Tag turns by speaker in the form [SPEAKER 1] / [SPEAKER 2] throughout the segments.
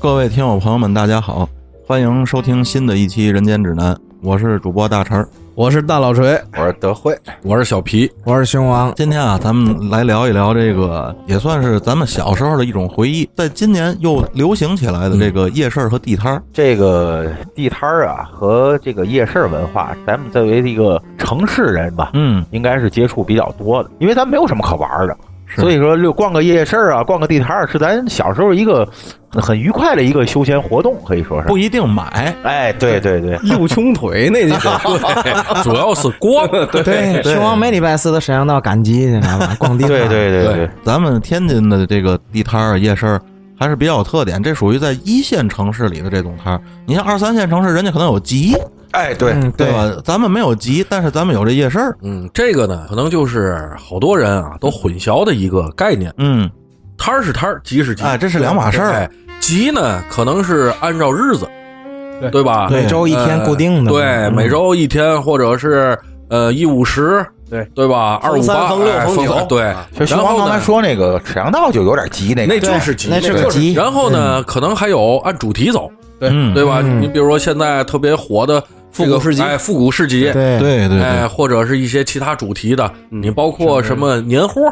[SPEAKER 1] 各位听友朋友们，大家好，欢迎收听新的一期《人间指南》，我是主播大陈儿。
[SPEAKER 2] 我是大老锤，
[SPEAKER 3] 我是德惠，
[SPEAKER 4] 我是小皮，
[SPEAKER 2] 我是熊王，
[SPEAKER 1] 今天啊，咱们来聊一聊这个，也算是咱们小时候的一种回忆，在今年又流行起来的这个夜市儿和地摊儿。
[SPEAKER 3] 这个地摊儿啊和这个夜市文化，咱们作为一个城市人吧，
[SPEAKER 1] 嗯，
[SPEAKER 3] 应该是接触比较多的，因为咱没有什么可玩儿的，
[SPEAKER 1] 是
[SPEAKER 3] 所以说遛逛个夜市儿啊，逛个地摊儿是咱小时候一个很愉快的一个休闲活动，可以说是。
[SPEAKER 1] 不一定买，
[SPEAKER 3] 哎，对对对，
[SPEAKER 2] 右 穷腿那就
[SPEAKER 4] 主要是光
[SPEAKER 2] 对，熊王每礼拜四都沈阳道赶集去，你知道吧？逛地摊
[SPEAKER 3] 对对对对
[SPEAKER 4] 对，
[SPEAKER 1] 咱们天津的这个地摊儿、啊夜市儿还是比较有特点，这属于在一线城市里的这种摊儿。你像二三线城市，人家可能有集，
[SPEAKER 3] 哎对，
[SPEAKER 2] 嗯
[SPEAKER 1] 对
[SPEAKER 2] 对
[SPEAKER 1] 吧？咱们没有集，但是咱们有这夜市儿。
[SPEAKER 4] 嗯，这个呢，可能就是好多人啊都混淆的一个概念，
[SPEAKER 1] 嗯，
[SPEAKER 4] 摊儿是摊儿，集是集，
[SPEAKER 2] 啊
[SPEAKER 1] 哎，这是两码事儿
[SPEAKER 4] 哎。，集呢可能是按照日子，
[SPEAKER 2] 对
[SPEAKER 4] 对吧？呃
[SPEAKER 1] 对
[SPEAKER 2] 每周一
[SPEAKER 5] 呃
[SPEAKER 2] 天固定的，
[SPEAKER 4] 对，
[SPEAKER 2] 嗯
[SPEAKER 4] 每周一天，或者是呃一五十，
[SPEAKER 2] 对
[SPEAKER 4] 对吧？二五
[SPEAKER 2] 三
[SPEAKER 4] 八，
[SPEAKER 2] 逢六
[SPEAKER 4] 哎
[SPEAKER 2] 逢九
[SPEAKER 4] 三对
[SPEAKER 2] 啊。
[SPEAKER 3] 其实
[SPEAKER 4] 然
[SPEAKER 3] 王
[SPEAKER 4] 后
[SPEAKER 3] 刚才
[SPEAKER 4] 呢，
[SPEAKER 3] 说那个沈阳道就有点急那个，
[SPEAKER 4] 那就是集，
[SPEAKER 2] 那是嗯个
[SPEAKER 4] 就是
[SPEAKER 2] 集
[SPEAKER 4] 然后呢，可能还有按主题走，
[SPEAKER 1] 嗯，
[SPEAKER 4] 对吧？
[SPEAKER 2] 嗯
[SPEAKER 4] 你比如说现在特别火的这个
[SPEAKER 2] 复古市集
[SPEAKER 4] 哎，复古市集，
[SPEAKER 1] 对
[SPEAKER 2] 对，
[SPEAKER 1] 对对
[SPEAKER 4] 哎，，或者是一些其他主题的，
[SPEAKER 2] 嗯
[SPEAKER 4] 你包括什么年货、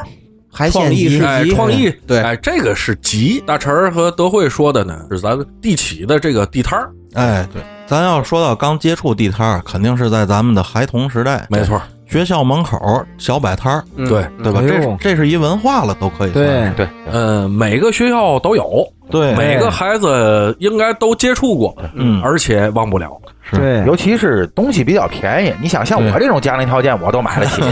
[SPEAKER 2] 还
[SPEAKER 4] 创
[SPEAKER 2] 县
[SPEAKER 4] 意
[SPEAKER 2] 集嗯
[SPEAKER 4] 市哎，创意
[SPEAKER 2] 对
[SPEAKER 4] 哎，这个是集。大陈儿和德惠说的呢，是咱们地起的这个地摊儿，
[SPEAKER 1] 哎对。咱要说到刚接触地摊儿，肯定是在咱们的孩童时代，
[SPEAKER 4] 没错，
[SPEAKER 1] 学校门口小摆摊儿，
[SPEAKER 5] 嗯
[SPEAKER 4] 对，
[SPEAKER 1] 对吧？
[SPEAKER 2] 哎呦
[SPEAKER 1] 这是这是一文化了，都可以算
[SPEAKER 2] 对
[SPEAKER 1] 是。
[SPEAKER 3] 对，
[SPEAKER 4] 嗯，每个学校都有，
[SPEAKER 1] 对
[SPEAKER 4] 每个孩子应该都接触过，
[SPEAKER 1] 嗯
[SPEAKER 4] 而且忘不了。
[SPEAKER 2] 对
[SPEAKER 3] 尤其是东西比较便宜，你想像我这种家庭条件，我都买得起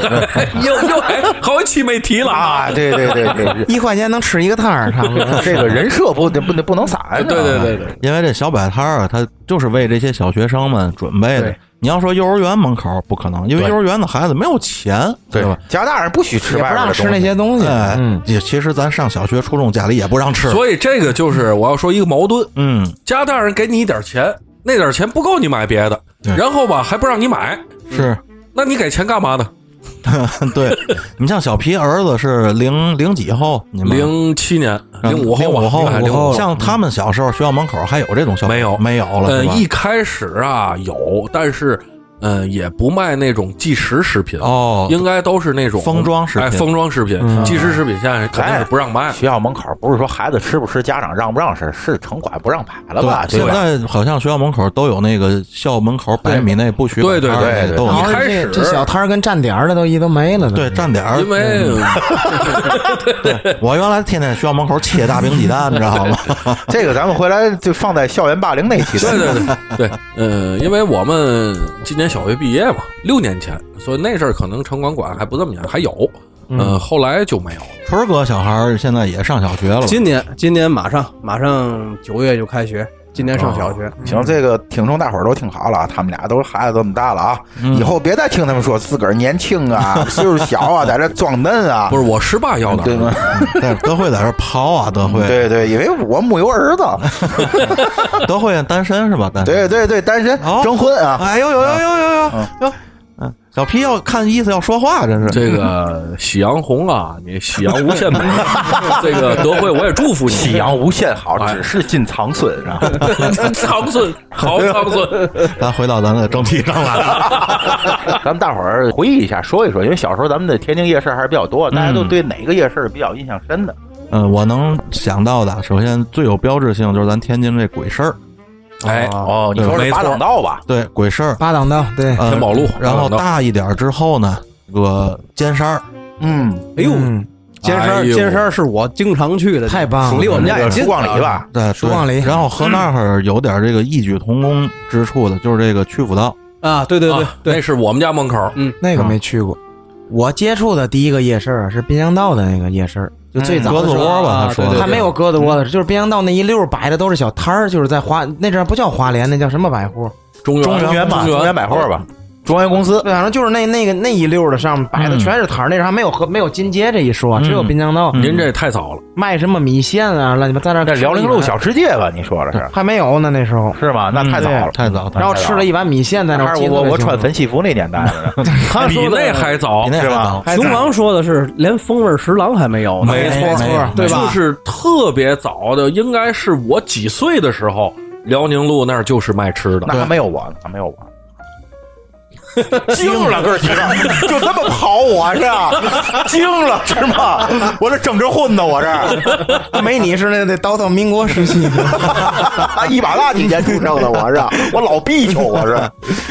[SPEAKER 4] 又又哎，好几期没提了
[SPEAKER 3] 啊！
[SPEAKER 4] 啊！
[SPEAKER 3] 对对对对，。
[SPEAKER 2] 一块钱能吃一个摊儿，差不多
[SPEAKER 3] 这个人设不不不能散啊，
[SPEAKER 4] 哎，对对对对，
[SPEAKER 1] 因为这小摆摊儿啊，它就是为这些小学生们准备的
[SPEAKER 2] 对。
[SPEAKER 1] 你要说幼儿园门口不可能，因为
[SPEAKER 4] 对
[SPEAKER 1] 幼儿园的孩子没有钱，对吧？
[SPEAKER 3] 加拿大人不许吃
[SPEAKER 2] 也
[SPEAKER 3] 外边
[SPEAKER 2] 不让
[SPEAKER 3] 的
[SPEAKER 2] 吃
[SPEAKER 3] 东
[SPEAKER 2] 那
[SPEAKER 3] 西
[SPEAKER 2] 些东西，
[SPEAKER 1] 哎
[SPEAKER 2] 嗯，，
[SPEAKER 1] 也其实咱上小学、初中家里也不让吃。
[SPEAKER 4] 所以这个就是我要说一个矛盾，
[SPEAKER 1] 嗯，
[SPEAKER 4] 家大人给你一点钱，那点钱不够你买别的，
[SPEAKER 1] 对
[SPEAKER 4] 然后吧还不让你买，
[SPEAKER 1] 是
[SPEAKER 4] 那你给钱干嘛呢？
[SPEAKER 1] 对。你像小皮儿子是零零几后，你们
[SPEAKER 4] 零七年、
[SPEAKER 1] 嗯
[SPEAKER 4] 零五后吧，
[SPEAKER 1] 05后
[SPEAKER 4] 哎
[SPEAKER 1] 05
[SPEAKER 4] 05
[SPEAKER 1] 后像他们小时候学校门口还有这种小
[SPEAKER 4] 没有
[SPEAKER 1] 没有了，
[SPEAKER 4] 呃，
[SPEAKER 1] 是吧
[SPEAKER 4] 一开始啊有，但是呃也不卖那种即食食品，
[SPEAKER 1] 哦，
[SPEAKER 4] 应该都是那种
[SPEAKER 1] 封装食品哎
[SPEAKER 4] 哎，封装食品，
[SPEAKER 2] 嗯
[SPEAKER 4] 即食食品现在肯定是不让卖。
[SPEAKER 3] 学校门口不是说孩子吃不吃，家长让不让是是城管不让摆了吧？
[SPEAKER 1] 对，
[SPEAKER 3] 对
[SPEAKER 1] 现
[SPEAKER 3] 吧？
[SPEAKER 1] 在好像学校门口都有那个校门口百米内不许
[SPEAKER 4] 对
[SPEAKER 1] 摆摊儿
[SPEAKER 4] 对
[SPEAKER 3] 对
[SPEAKER 1] 那
[SPEAKER 3] 对
[SPEAKER 1] 都有
[SPEAKER 2] 然
[SPEAKER 4] 一
[SPEAKER 2] 后
[SPEAKER 4] 开
[SPEAKER 2] 这
[SPEAKER 4] 始
[SPEAKER 2] 这小摊儿跟站点儿的都一都没了，都
[SPEAKER 1] 对，站点儿
[SPEAKER 4] 因。为
[SPEAKER 1] 嗯我原来天天学校门口切大 饼鸡蛋，你知道吗？
[SPEAKER 3] 这个咱们回来就放在校园霸凌那 期
[SPEAKER 4] 对
[SPEAKER 3] 的。
[SPEAKER 4] 对对对，呃，因为我们今年小学毕业嘛，六年前，所以那阵儿可能城管管还不这么严，还有，
[SPEAKER 1] 嗯
[SPEAKER 4] 呃，后来就没有了。
[SPEAKER 1] 春儿哥小孩儿现在也上小学了，
[SPEAKER 5] 今年今年马上马上九月就开学，今年上小学。
[SPEAKER 3] 行，这个听众大伙儿都听好了啊，他们俩都是孩子这么大了啊，以后别再听他们说自个儿年轻 啊，岁数小啊，在这装嫩啊
[SPEAKER 4] 不，是我十爸要的，
[SPEAKER 3] 对吗？
[SPEAKER 1] 在德惠在这儿刨啊，德惠，
[SPEAKER 3] 啊对对，因为我木有 儿子，
[SPEAKER 1] 德惠单身是吧？单身。
[SPEAKER 3] 对对对，单身
[SPEAKER 1] 哦
[SPEAKER 3] 征婚啊，
[SPEAKER 1] 哎呦呦呦呦呦呦呦，嗯，小皮要看意思要说话，这是。
[SPEAKER 4] 这个喜羊红啊，你喜羊无限美。这个德惠，我也祝福你。
[SPEAKER 3] 喜 羊无限好，
[SPEAKER 4] 哎
[SPEAKER 3] 只是进藏孙啊。
[SPEAKER 4] 长孙，好长孙。
[SPEAKER 1] 咱回到咱的正题上来了。
[SPEAKER 3] 咱们大伙儿回忆一下，说一说，因为小时候咱们的天津夜市还是比较多，大家都对哪个夜市比较印象深的？
[SPEAKER 1] 嗯，我能想到的，首先最有标志性就是咱天津这鬼市儿，
[SPEAKER 4] 哎，
[SPEAKER 3] 哦，你说
[SPEAKER 4] 对
[SPEAKER 3] 是
[SPEAKER 4] 没
[SPEAKER 3] 八
[SPEAKER 4] 错
[SPEAKER 3] 档道吧？
[SPEAKER 1] 对鬼市儿，
[SPEAKER 2] 八档道，
[SPEAKER 5] 啊
[SPEAKER 2] 对，
[SPEAKER 1] 呃
[SPEAKER 4] 天宝路
[SPEAKER 1] 然后
[SPEAKER 4] 八档道
[SPEAKER 1] 大一点儿之后呢，这个尖山儿，
[SPEAKER 3] 嗯，
[SPEAKER 5] 哎呦，
[SPEAKER 2] 嗯
[SPEAKER 5] 尖山
[SPEAKER 4] 哎
[SPEAKER 5] 儿
[SPEAKER 4] 呦
[SPEAKER 5] 尖山儿是我经常去的，
[SPEAKER 2] 太棒了
[SPEAKER 5] 离我们家也近。
[SPEAKER 3] 曙光里吧？
[SPEAKER 1] 对，
[SPEAKER 2] 蜀
[SPEAKER 1] 对
[SPEAKER 2] 望里
[SPEAKER 1] 然后和那儿有点这个异曲同工之处的，就是这个曲阜道，
[SPEAKER 5] 啊，对对对
[SPEAKER 4] 啊
[SPEAKER 5] 对，
[SPEAKER 4] 那是我们家门口。
[SPEAKER 2] 那个没去过。我接触的第一个夜市儿是滨江道的那个夜市儿，就最早
[SPEAKER 1] 嗯鸽
[SPEAKER 2] 的
[SPEAKER 1] 子
[SPEAKER 2] 时候
[SPEAKER 1] 窝吧，
[SPEAKER 5] 啊
[SPEAKER 1] 他说
[SPEAKER 5] 对对
[SPEAKER 1] 的
[SPEAKER 2] 它
[SPEAKER 5] 对
[SPEAKER 2] 没有鸽子窝的，就是滨江道那一溜儿摆的都是小摊儿，就是在花那阵儿不叫花莲，那叫什么百货？
[SPEAKER 4] 中原
[SPEAKER 3] 中原吧，
[SPEAKER 4] 中
[SPEAKER 3] 中原百货吧，中原公司
[SPEAKER 2] 对，反正就是那那个那一溜儿的上面摆的
[SPEAKER 1] 嗯
[SPEAKER 2] 全是摊儿，那时候还没有河没有金街这一说，
[SPEAKER 1] 嗯
[SPEAKER 2] 只有滨江道
[SPEAKER 1] 嗯
[SPEAKER 5] 您这太早了，
[SPEAKER 2] 卖什么米线啊，乱七八糟在那儿
[SPEAKER 3] 那
[SPEAKER 2] 吃
[SPEAKER 3] 辽宁
[SPEAKER 2] 一
[SPEAKER 3] 路
[SPEAKER 2] 碗
[SPEAKER 3] 小吃界吧？你说的是
[SPEAKER 2] 还没有呢，那时候，
[SPEAKER 3] 是吗？那太早了，
[SPEAKER 1] 太早，太早
[SPEAKER 2] 然后吃了一碗米线在那儿
[SPEAKER 3] 还是
[SPEAKER 2] 记
[SPEAKER 3] 我
[SPEAKER 2] 得
[SPEAKER 3] 我我
[SPEAKER 2] 清楚
[SPEAKER 3] 穿粉西服那年代的，
[SPEAKER 4] 他
[SPEAKER 5] 比
[SPEAKER 4] 说
[SPEAKER 5] 那
[SPEAKER 4] 的
[SPEAKER 5] 还早
[SPEAKER 1] 比。那还
[SPEAKER 3] 是吧
[SPEAKER 1] 早。
[SPEAKER 4] 熊王说的是连风味食郎还没有呢，
[SPEAKER 1] 没错没错
[SPEAKER 4] 对吧？
[SPEAKER 5] 就是特别早的，应该是我几岁的时候，辽宁路那儿就是卖吃的
[SPEAKER 3] 那。还没有我呢，还没有我呢。
[SPEAKER 5] 惊了，哥几个！
[SPEAKER 3] 就这么跑我是吧？ 惊了是吗？我这整着混呢，我 这
[SPEAKER 2] 没你是那得倒到民国时期，
[SPEAKER 3] 一把大几年出生的，我是我老逼求我是。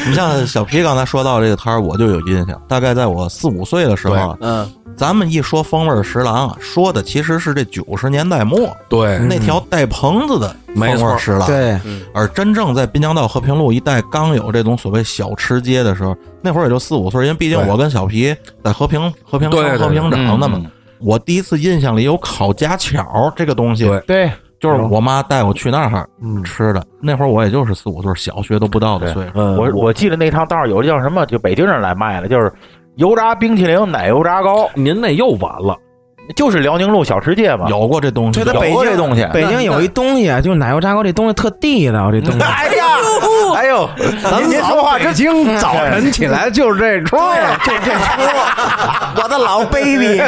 [SPEAKER 1] 你像小皮刚才说到这个摊儿，我就有印象，大概在我四五岁的时候啊，
[SPEAKER 4] 嗯，
[SPEAKER 1] 咱们一说风味儿食郎啊，说的其实是这九十年代末
[SPEAKER 5] 对，
[SPEAKER 4] 嗯
[SPEAKER 1] 那条带棚子的风味儿食郎。
[SPEAKER 2] 对，
[SPEAKER 1] 而真正在滨江道和平路一带刚有这种所谓小吃街的时候，那会儿也就四五岁，因为毕竟
[SPEAKER 3] 对
[SPEAKER 1] 我跟小皮在和平和平
[SPEAKER 5] 对
[SPEAKER 1] 上
[SPEAKER 5] 对
[SPEAKER 1] 和平长的嘛。
[SPEAKER 3] 嗯嗯
[SPEAKER 1] 我第一次印象里有烤夹巧这个东西，
[SPEAKER 5] 对
[SPEAKER 2] 对，
[SPEAKER 1] 就是我妈带我去那儿
[SPEAKER 2] 嗯
[SPEAKER 1] 吃的。那会儿我也就是四五岁，小学都不到的岁数。
[SPEAKER 5] 嗯
[SPEAKER 3] 我我记得那趟道儿有一叫什么，就北京人来卖的，就是油炸冰淇淋、奶油炸糕，
[SPEAKER 5] 您那又晚了，
[SPEAKER 3] 就是辽宁路小吃界嘛。
[SPEAKER 1] 有过这东西
[SPEAKER 2] 对，
[SPEAKER 1] 有
[SPEAKER 2] 在
[SPEAKER 3] 有
[SPEAKER 2] 北
[SPEAKER 3] 过
[SPEAKER 2] 京
[SPEAKER 3] 这东西
[SPEAKER 2] 北京有一东西啊，就是奶油炸糕，这东西特地道，这东西
[SPEAKER 3] 哎呀，哎呦，咱您说话真
[SPEAKER 4] 京早 晨起来就是这出，
[SPEAKER 2] 就这出，我的老 baby，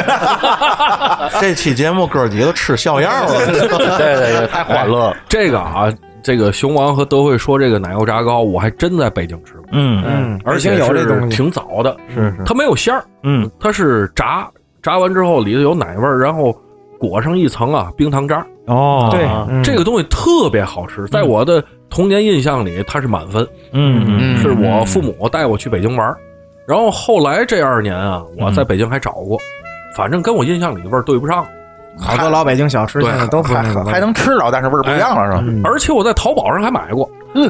[SPEAKER 1] 这期节目哥儿几个都吃笑药了。
[SPEAKER 3] 对对对，太欢乐了。
[SPEAKER 5] 这个啊，这个熊王和德惠说这个奶油炸糕，我还真在北京吃过，
[SPEAKER 1] 嗯
[SPEAKER 2] 嗯，
[SPEAKER 5] 而且
[SPEAKER 2] 北京有这
[SPEAKER 5] 是
[SPEAKER 2] 东西，
[SPEAKER 5] 挺早的，
[SPEAKER 1] 是是，
[SPEAKER 5] 它没有馅儿，
[SPEAKER 1] 嗯
[SPEAKER 5] 它是炸，炸完之后里头有奶味儿，然后裹上一层啊冰糖渣，
[SPEAKER 1] 哦
[SPEAKER 2] 对，嗯
[SPEAKER 5] 这个东西特别好吃，在我的童年印象里，它是满分，
[SPEAKER 1] 嗯嗯
[SPEAKER 5] 是我父母带我去北京玩儿，然后后来这二年啊，我在北京还找过，
[SPEAKER 2] 嗯
[SPEAKER 5] 反正跟我印象里的味儿对不上，
[SPEAKER 2] 好多老北京小吃
[SPEAKER 5] 对
[SPEAKER 2] 现在都不是
[SPEAKER 3] 还
[SPEAKER 2] 那个味儿
[SPEAKER 3] 还能吃着，但是味儿不一样了，是吧？
[SPEAKER 2] 嗯
[SPEAKER 5] 而且我在淘宝上还买过，嗯，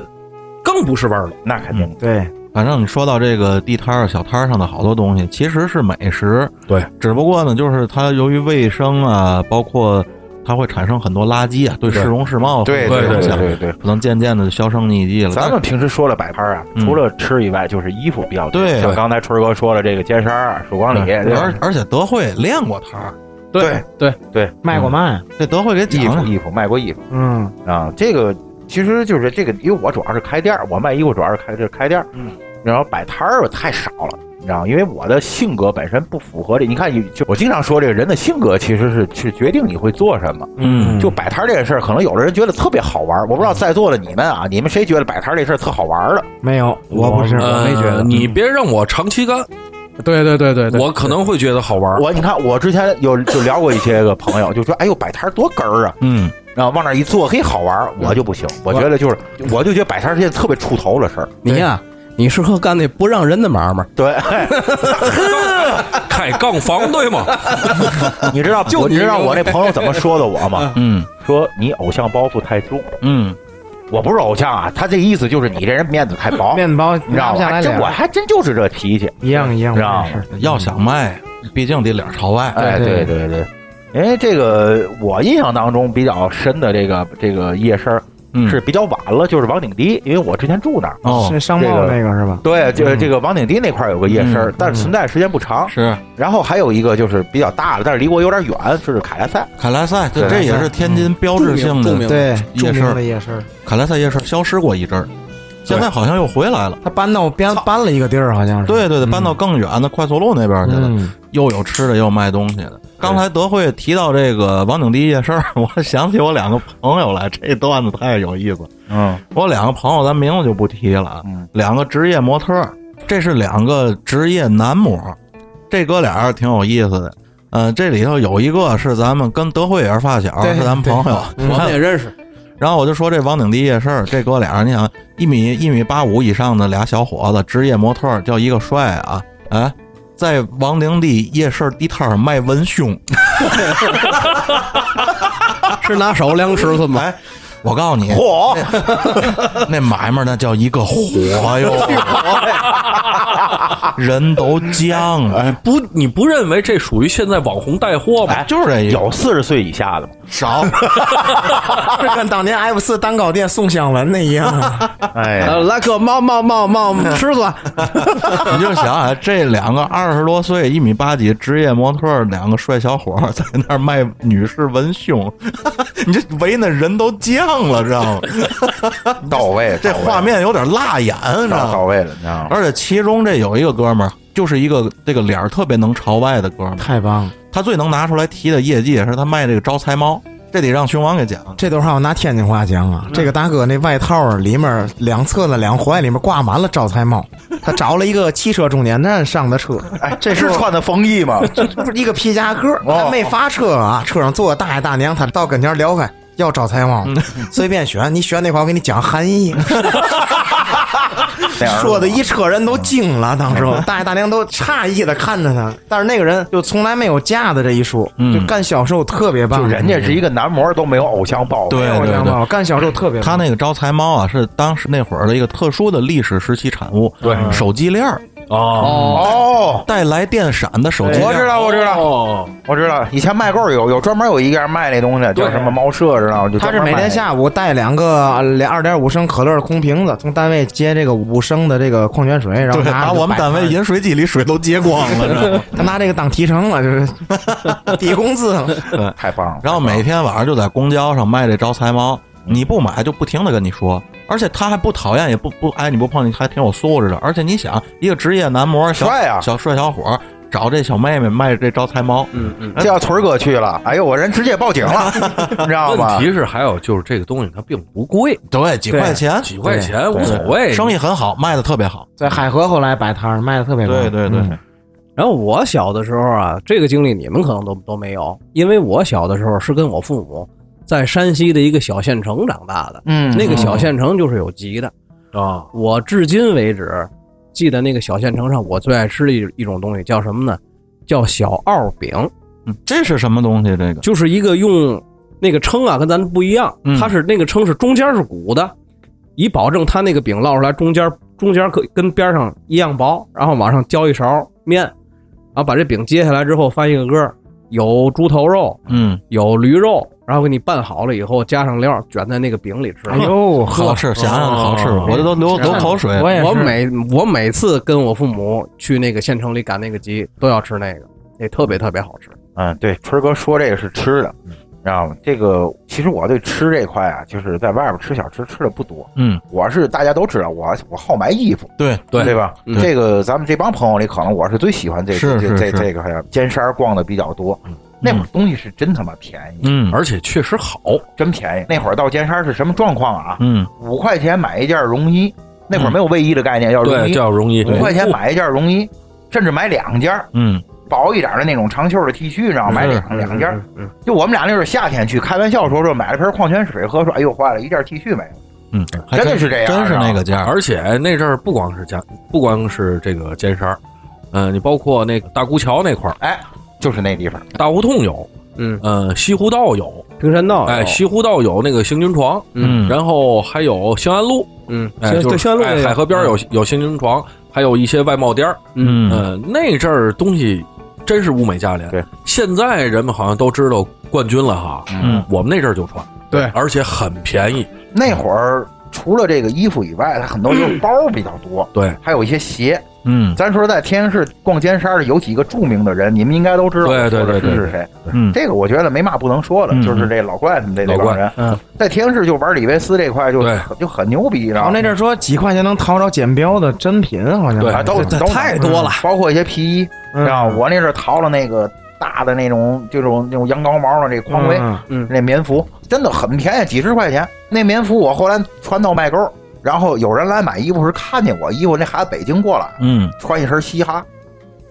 [SPEAKER 5] 更不是味儿了。
[SPEAKER 3] 那肯定。
[SPEAKER 2] 对，
[SPEAKER 1] 反正你说到这个地摊儿、小摊儿上的好多东西，其实是美食。
[SPEAKER 5] 对，
[SPEAKER 1] 只不过呢，就是它由于卫生啊，包括它会产生很多垃圾啊，对市容市貌
[SPEAKER 3] 对
[SPEAKER 1] 会有
[SPEAKER 5] 对
[SPEAKER 1] 影
[SPEAKER 5] 对
[SPEAKER 1] 响，
[SPEAKER 3] 对对，
[SPEAKER 1] 可能渐渐的就销声匿迹了。
[SPEAKER 3] 咱们平时说了摆摊儿啊，
[SPEAKER 1] 嗯
[SPEAKER 3] 除了吃以外，就是衣服比较多。
[SPEAKER 1] 对
[SPEAKER 3] 像刚才春儿哥说了，这个尖衫儿、曙光
[SPEAKER 1] 但
[SPEAKER 3] 里，
[SPEAKER 1] 是
[SPEAKER 3] 对吧
[SPEAKER 1] 而而且德惠练过摊儿，
[SPEAKER 3] 对
[SPEAKER 2] 卖过卖，
[SPEAKER 1] 这德惠给讲
[SPEAKER 3] 衣服
[SPEAKER 1] 讲。
[SPEAKER 3] 衣服卖过衣服
[SPEAKER 2] 嗯，
[SPEAKER 3] 啊，这个其实就是这个，因为我主要是开店儿，我卖衣服主要是开这开店儿，
[SPEAKER 1] 嗯，
[SPEAKER 3] 然后摆摊儿太少了。你知道吗，因为我的性格本身不符合这，你看，就我经常说，这个人的性格其实是是决定你会做什么。
[SPEAKER 1] 嗯，
[SPEAKER 3] 就摆摊儿这个事儿，可能有的人觉得特别好玩儿，我不知道在座的你们啊，你们谁觉得摆摊儿这事儿特好玩儿的？
[SPEAKER 2] 没有，我不是，我没觉
[SPEAKER 5] 呃
[SPEAKER 2] 得，
[SPEAKER 5] 你别让我长期干，
[SPEAKER 4] 对对对对对，
[SPEAKER 5] 我可能会觉得好玩儿。
[SPEAKER 3] 我你看，我之前有就聊过一些个朋友，就说哎呦摆摊儿多哏儿啊，
[SPEAKER 1] 嗯，
[SPEAKER 3] 然后往那儿一坐，嘿好玩儿，我就不行，我觉得就是，我就觉得摆摊儿是件特别出头的事儿。
[SPEAKER 4] 你呀，啊你适合干那不让人的买卖，
[SPEAKER 3] 对，
[SPEAKER 5] 开杠房对吗？
[SPEAKER 3] 你知道
[SPEAKER 4] 就
[SPEAKER 3] 我
[SPEAKER 4] 你
[SPEAKER 3] 你知道我那朋友怎么说的我吗？
[SPEAKER 1] 嗯
[SPEAKER 3] 说你偶像包袱太重，
[SPEAKER 1] 嗯，
[SPEAKER 3] 我不是偶像啊，他这意思就是你这人面子太薄，
[SPEAKER 2] 面包
[SPEAKER 3] 你知
[SPEAKER 2] 拿
[SPEAKER 3] 道
[SPEAKER 2] 不
[SPEAKER 3] 吗？
[SPEAKER 2] 下
[SPEAKER 3] 还
[SPEAKER 2] 来
[SPEAKER 3] 真我
[SPEAKER 2] 脸，
[SPEAKER 3] 还真就是这脾气。
[SPEAKER 2] 一样一样，
[SPEAKER 3] 知道
[SPEAKER 2] 我也是
[SPEAKER 1] 要想卖，毕竟得脸儿朝外。
[SPEAKER 3] 哎，对
[SPEAKER 2] 对
[SPEAKER 3] 对对，因为这个我印象当中比较深的这个这个夜市儿
[SPEAKER 1] 嗯
[SPEAKER 3] 是比较晚了，就是王顶堤，因为我之前住那儿。
[SPEAKER 1] 哦
[SPEAKER 2] 嗯是，商贸那个是吧？
[SPEAKER 3] 对，就是
[SPEAKER 1] 嗯
[SPEAKER 3] 这个王顶堤那块儿有个夜市儿
[SPEAKER 1] 嗯，
[SPEAKER 3] 但是存在时间不长。
[SPEAKER 1] 是
[SPEAKER 3] 然后还有一个就是比较大的，但是离我有点远，是凯莱赛。
[SPEAKER 1] 凯莱赛，这
[SPEAKER 3] 凯
[SPEAKER 1] 这
[SPEAKER 3] 莱
[SPEAKER 1] 也是天津标志性
[SPEAKER 4] 嗯著
[SPEAKER 1] 的
[SPEAKER 4] 名
[SPEAKER 2] 对，
[SPEAKER 1] 夜
[SPEAKER 2] 著
[SPEAKER 1] 市
[SPEAKER 2] 名的夜市，
[SPEAKER 1] 凯莱赛夜市，消失过一阵儿，现在好像又回来了。
[SPEAKER 2] 他搬到边搬了一个地儿，好像是，
[SPEAKER 1] 对对对，搬到更远的快速路那边去了。
[SPEAKER 2] 嗯，
[SPEAKER 1] 又有吃的，又有卖东西的。刚才德惠提到这个王景第一夜市儿， 我想起我两个朋友来，这段子太有意思。
[SPEAKER 3] 嗯，
[SPEAKER 1] 我两个朋友，咱名字就不提了啊
[SPEAKER 3] 嗯，
[SPEAKER 1] 两个职业模特儿，这是两个职业男模，这哥俩儿挺有意思的。嗯、这里头有一个是咱们跟德惠也是发小，
[SPEAKER 2] 对
[SPEAKER 1] 是咱们朋友。
[SPEAKER 4] 我们也认 识，
[SPEAKER 1] 然后我就说这王鼎第一夜市儿，这哥俩儿，你想一米一米八五以上的俩小伙子，职业模特儿，叫一个帅啊，哎，在王鼎第夜市儿地摊儿卖文胸。
[SPEAKER 4] 是拿手量尺寸吗？
[SPEAKER 1] 哎，我告诉你，
[SPEAKER 3] 嚯，
[SPEAKER 1] 那买卖那叫一个火哟！人都僵了，
[SPEAKER 5] 不，你不认为这属于现在网红带货
[SPEAKER 4] 哎
[SPEAKER 5] 吗？
[SPEAKER 1] 就是这意思
[SPEAKER 3] 有四十岁以下的吗？
[SPEAKER 1] 少。
[SPEAKER 2] 这跟当年 F 四蛋糕店送香文那一样。
[SPEAKER 3] 哎呀，
[SPEAKER 4] 呃来个冒冒冒 冒吃子，
[SPEAKER 1] 你就想想、这两个二十多岁、一米八几职业模特儿，两个帅小伙儿在那儿卖女士文胸， 你这围那人都僵了，知道 吗？
[SPEAKER 3] 到位，
[SPEAKER 1] 这
[SPEAKER 3] 到位
[SPEAKER 1] 画面有点辣眼，你知
[SPEAKER 3] 到
[SPEAKER 1] 道
[SPEAKER 3] 到
[SPEAKER 1] 吗？
[SPEAKER 3] 位了，你知道吗？
[SPEAKER 1] 而且其中这有一个哥们儿，就是一个这个脸儿特别能朝外的哥们儿，
[SPEAKER 2] 太棒了，
[SPEAKER 1] 他最能拿出来提的业绩是他卖这个招财猫，这得让熊王给讲。
[SPEAKER 2] 这都让我拿天津话讲啊。这个大哥那外套啊里面两侧的两环里面挂满了招财猫，他找了一个汽车中间站上的车，
[SPEAKER 3] 哎，
[SPEAKER 2] 这时
[SPEAKER 3] 是
[SPEAKER 2] 候
[SPEAKER 3] 穿的风衣 吗？
[SPEAKER 2] 这不是一个皮夹克，他没发车啊，车上坐个大爷大娘，他到跟前撩开。要招财猫，随便选，你选哪款，我给你讲含义。
[SPEAKER 3] 那样儿
[SPEAKER 2] 说的一车人都惊了，当时大爷大娘都诧异的看着他，但是那个人就从来没有架子这一说，就干销售特别棒。
[SPEAKER 3] 就人家是一个男模都没有偶像包袱，
[SPEAKER 1] 对
[SPEAKER 2] 我
[SPEAKER 1] 对
[SPEAKER 2] 讲
[SPEAKER 1] 对
[SPEAKER 2] 吧，我干销售特别棒。
[SPEAKER 1] 他那个招财猫啊，是当时那会儿的一个特殊的历史时期产物，
[SPEAKER 5] 对
[SPEAKER 1] 手机链儿
[SPEAKER 2] 啊
[SPEAKER 5] 哦，
[SPEAKER 3] 哦，
[SPEAKER 1] 带来电闪的手机链
[SPEAKER 3] 我
[SPEAKER 1] 儿
[SPEAKER 3] 知道，我知
[SPEAKER 4] 哦
[SPEAKER 3] 道，
[SPEAKER 5] 道，
[SPEAKER 3] 我知道，以前卖购有有专门有一个人卖那东西，叫
[SPEAKER 5] 对
[SPEAKER 3] 什么猫舍，知道吗？就
[SPEAKER 2] 他
[SPEAKER 3] 专
[SPEAKER 2] 是
[SPEAKER 3] 门
[SPEAKER 2] 每
[SPEAKER 3] 卖
[SPEAKER 2] 天下午带两个呃两二点五升可乐的空瓶子，从单位接这个五升的这个矿泉水，然后
[SPEAKER 1] 对，
[SPEAKER 2] 拿
[SPEAKER 1] 把
[SPEAKER 2] 着就
[SPEAKER 1] 我们
[SPEAKER 2] 摆
[SPEAKER 1] 单位
[SPEAKER 2] 摊儿
[SPEAKER 1] 饮水机里水都接光了，知道吗？
[SPEAKER 2] 他拿这个当提成了，就是 抵工资了。
[SPEAKER 3] 那太棒了。
[SPEAKER 1] 然后每天晚上就在公交上卖这招财猫，你不买就不停的跟你说，而且他还不讨厌，也不不哎你不碰，你还挺有素质的。而且你想，一个职业男模小
[SPEAKER 3] 帅啊
[SPEAKER 1] 小帅小伙儿找这小妹妹卖这招财猫，
[SPEAKER 4] 嗯嗯，
[SPEAKER 3] 这要屯儿哥去了，哎呦，我人直接报警了，你知道
[SPEAKER 5] 问
[SPEAKER 3] 吗？
[SPEAKER 5] 题是还有就是这个东西它并不贵，
[SPEAKER 1] 对，几块钱，
[SPEAKER 5] 几块钱无所谓，
[SPEAKER 1] 生意嗯很好，卖的特别好。
[SPEAKER 2] 在海河后来摆摊儿卖的特别棒。
[SPEAKER 1] 对对对，
[SPEAKER 2] 嗯
[SPEAKER 4] 然后我小的时候啊，这个经历你们可能都都没有，因为我小的时候是跟我父母在山西的一个小县城长大的，
[SPEAKER 3] 嗯，
[SPEAKER 4] 那个小县城就是有集的。
[SPEAKER 5] 啊，
[SPEAKER 4] 我至今为止记得那个小县城上我最爱吃的一一种东西叫什么呢？叫小奥饼，
[SPEAKER 1] 嗯这是什么东西？这个
[SPEAKER 4] 就是一个用那个称啊，跟咱不一样
[SPEAKER 1] 嗯，
[SPEAKER 4] 它是那个称是中间是鼓的，以保证它那个饼烙出来中间中间可跟边上一样薄，然后往上浇一勺面，然后把这饼揭下来之后翻一个个儿，有猪头肉，
[SPEAKER 1] 嗯，
[SPEAKER 4] 有驴肉，然后给你拌好了以后加上料卷在那个饼里吃。
[SPEAKER 2] 哎呦，
[SPEAKER 1] 好吃，想想就好吃，
[SPEAKER 5] 哦
[SPEAKER 1] 我这都流流口水。
[SPEAKER 2] 我也
[SPEAKER 4] 我
[SPEAKER 2] 是
[SPEAKER 4] 每我每次跟我父母去那个县城里赶那个集，都要吃那个，也特别特别好吃。
[SPEAKER 3] 嗯，对，春儿哥说这个是吃的，嗯你知道吗？这个其实我对吃这块啊，就是在外边吃小吃吃的不多。
[SPEAKER 1] 嗯，
[SPEAKER 3] 我是大家都知道，我我好买衣服，
[SPEAKER 1] 对，
[SPEAKER 5] 对
[SPEAKER 3] 对吧？
[SPEAKER 4] 嗯
[SPEAKER 3] 这个咱们这帮朋友里，可能我是最喜欢这
[SPEAKER 1] 是
[SPEAKER 3] 个
[SPEAKER 1] 是
[SPEAKER 3] 这这
[SPEAKER 1] 是
[SPEAKER 3] 这个呀，尖山儿逛的比较多。那会儿东西是真他妈便宜，
[SPEAKER 1] 嗯
[SPEAKER 5] 而且确实好，
[SPEAKER 3] 真便宜。那会儿到尖山儿是什么状况啊？
[SPEAKER 1] 嗯，
[SPEAKER 3] 五块钱买一件绒衣，那会儿没有卫衣的概念，叫绒
[SPEAKER 5] 对，
[SPEAKER 3] 衣，
[SPEAKER 5] 叫容易，
[SPEAKER 3] 五块钱买一件绒衣，甚至买两件儿。
[SPEAKER 1] 嗯，
[SPEAKER 3] 薄一点的那种长袖的 T 恤，然后买两两件儿。
[SPEAKER 4] 嗯，
[SPEAKER 3] 就我们俩那时候夏天去，开玩笑说说买了瓶矿泉水喝，说哎呦坏了，一件 T 恤没了。
[SPEAKER 1] 嗯，还
[SPEAKER 3] 真的是这样
[SPEAKER 1] 真是那个价儿。
[SPEAKER 5] 而且那阵儿不光是家，不光是这个尖山儿，呃，你包括那个大沽桥那块儿，
[SPEAKER 3] 哎，就是那地方，
[SPEAKER 5] 大胡同有，
[SPEAKER 4] 嗯，
[SPEAKER 5] 呃，西湖道有，
[SPEAKER 4] 平山道，
[SPEAKER 5] 哎，西湖道有那个行军床，
[SPEAKER 1] 嗯
[SPEAKER 5] 然后还有兴安路，
[SPEAKER 4] 嗯，
[SPEAKER 5] 哎，
[SPEAKER 4] 行
[SPEAKER 5] 就
[SPEAKER 4] 对，
[SPEAKER 5] 是
[SPEAKER 4] 宣路嗯
[SPEAKER 5] 哎海河边儿有有行军床，还有一些外贸店儿，
[SPEAKER 1] 嗯
[SPEAKER 5] 呃，那阵儿东西真是物美价廉。
[SPEAKER 3] 对，
[SPEAKER 5] 现在人们好像都知道冠军了哈，
[SPEAKER 1] 嗯，
[SPEAKER 5] 我们那阵儿就穿，
[SPEAKER 4] 对
[SPEAKER 5] 而且很便宜，
[SPEAKER 3] 那会儿除了这个衣服以外，它很多就是包比较多，
[SPEAKER 5] 嗯对，
[SPEAKER 3] 还有一些鞋。
[SPEAKER 1] 嗯
[SPEAKER 3] 咱说在天津市逛尖山的有几个著名的人，你们应该都知道，
[SPEAKER 5] 对对对对
[SPEAKER 3] 是谁。
[SPEAKER 1] 嗯，
[SPEAKER 3] 这个我觉得没嘛不能说的，
[SPEAKER 1] 嗯
[SPEAKER 3] 就是这老怪他们这这
[SPEAKER 5] 老
[SPEAKER 3] 帮
[SPEAKER 5] 怪
[SPEAKER 3] 人，
[SPEAKER 2] 嗯，
[SPEAKER 3] 在天津市就玩李维斯这块就
[SPEAKER 5] 对
[SPEAKER 3] 就很牛逼，然
[SPEAKER 2] 然
[SPEAKER 3] 后
[SPEAKER 2] 后那阵儿说几块钱能淘着剪标的真品，好像
[SPEAKER 5] 对
[SPEAKER 3] 啊，都
[SPEAKER 2] 这
[SPEAKER 3] 都
[SPEAKER 2] 太多了。
[SPEAKER 3] 包括一些皮衣，
[SPEAKER 2] 嗯
[SPEAKER 3] 知道吗？我那阵儿淘了那个大的那种，这种那种羊羔毛的这匡威、
[SPEAKER 2] 嗯
[SPEAKER 3] 那棉服，真的很便宜，几十块钱。那棉服我后来穿到麦沟，然后有人来买衣服时看见我衣服，那孩子北京过来
[SPEAKER 1] 嗯，
[SPEAKER 3] 穿一身嘻哈，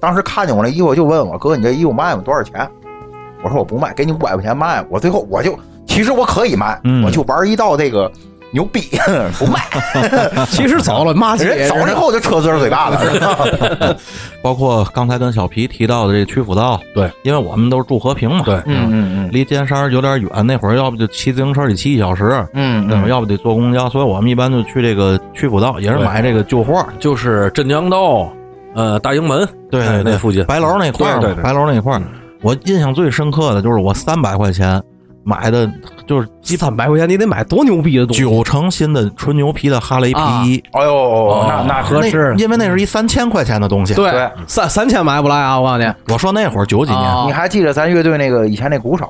[SPEAKER 3] 当时看见我那衣服就问我哥，你这衣服卖吗？多少钱？我说我不卖，给你五百块钱卖。我最后我就其实我可以卖，
[SPEAKER 1] 嗯
[SPEAKER 3] 我就玩一道这个牛逼 不卖，
[SPEAKER 4] 其实走了， 骂街
[SPEAKER 3] 人走了以后就扯自个儿嘴巴子，是吧
[SPEAKER 1] 包括刚才跟小皮提到的这曲阜道，
[SPEAKER 5] 对，
[SPEAKER 1] 因为我们都是住和平嘛，
[SPEAKER 5] 对
[SPEAKER 3] 嗯嗯嗯
[SPEAKER 1] 离尖山有点远，那会儿要不就骑自行车得骑一小时，
[SPEAKER 3] 嗯
[SPEAKER 1] 对吧
[SPEAKER 3] 嗯，
[SPEAKER 1] 要不得坐公交，所以我们一般就去这个曲阜道，也是
[SPEAKER 5] 对
[SPEAKER 1] 买这个旧货，
[SPEAKER 5] 就是镇江道，呃大营门
[SPEAKER 1] 对
[SPEAKER 5] 哎
[SPEAKER 1] 对对
[SPEAKER 5] 那附近
[SPEAKER 1] 白楼那块儿嘛，
[SPEAKER 5] 对对对
[SPEAKER 1] 白楼那块儿，我印象最深刻的就是我三百块钱买的，就是
[SPEAKER 4] 一三百块钱你得买多牛逼的东西，
[SPEAKER 1] 九成新的纯牛皮的哈雷皮衣，
[SPEAKER 3] 哎呦，那那
[SPEAKER 4] 合适
[SPEAKER 1] 那因为那是一三千块钱的东西。，
[SPEAKER 3] 对，
[SPEAKER 4] 三三千买不来啊！我告诉你，
[SPEAKER 1] 我说那会儿九几年，
[SPEAKER 4] 啊
[SPEAKER 3] 你还记得咱乐队那个以前那鼓手，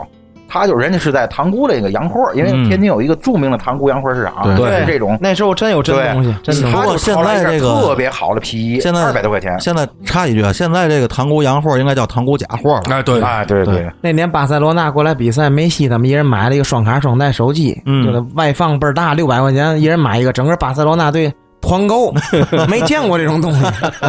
[SPEAKER 3] 他就人家是在塘沽那个洋货，因为
[SPEAKER 1] 嗯
[SPEAKER 3] 天津有一个著名的塘沽洋货市场，
[SPEAKER 1] 对
[SPEAKER 3] 就是这种，
[SPEAKER 2] 那时候真有真
[SPEAKER 3] 对
[SPEAKER 2] 东西，真东
[SPEAKER 1] 不
[SPEAKER 3] 他
[SPEAKER 1] 过
[SPEAKER 3] 就
[SPEAKER 1] 现
[SPEAKER 3] 淘了一
[SPEAKER 1] 在
[SPEAKER 3] 件
[SPEAKER 1] 这个
[SPEAKER 3] 特别好的皮衣，
[SPEAKER 1] 现在
[SPEAKER 3] 二百多块钱，
[SPEAKER 1] 现在插一句啊，现在这个塘沽洋货应该叫塘沽假货了。
[SPEAKER 5] 哎对
[SPEAKER 3] 啊，对对，
[SPEAKER 2] 那年巴塞罗那过来比赛，梅西他们一人买了一个双卡双待手机，
[SPEAKER 1] 嗯
[SPEAKER 2] 就是外放倍儿大，六百块钱一人买一个，整个巴塞罗那 队团购，没见过这种东西。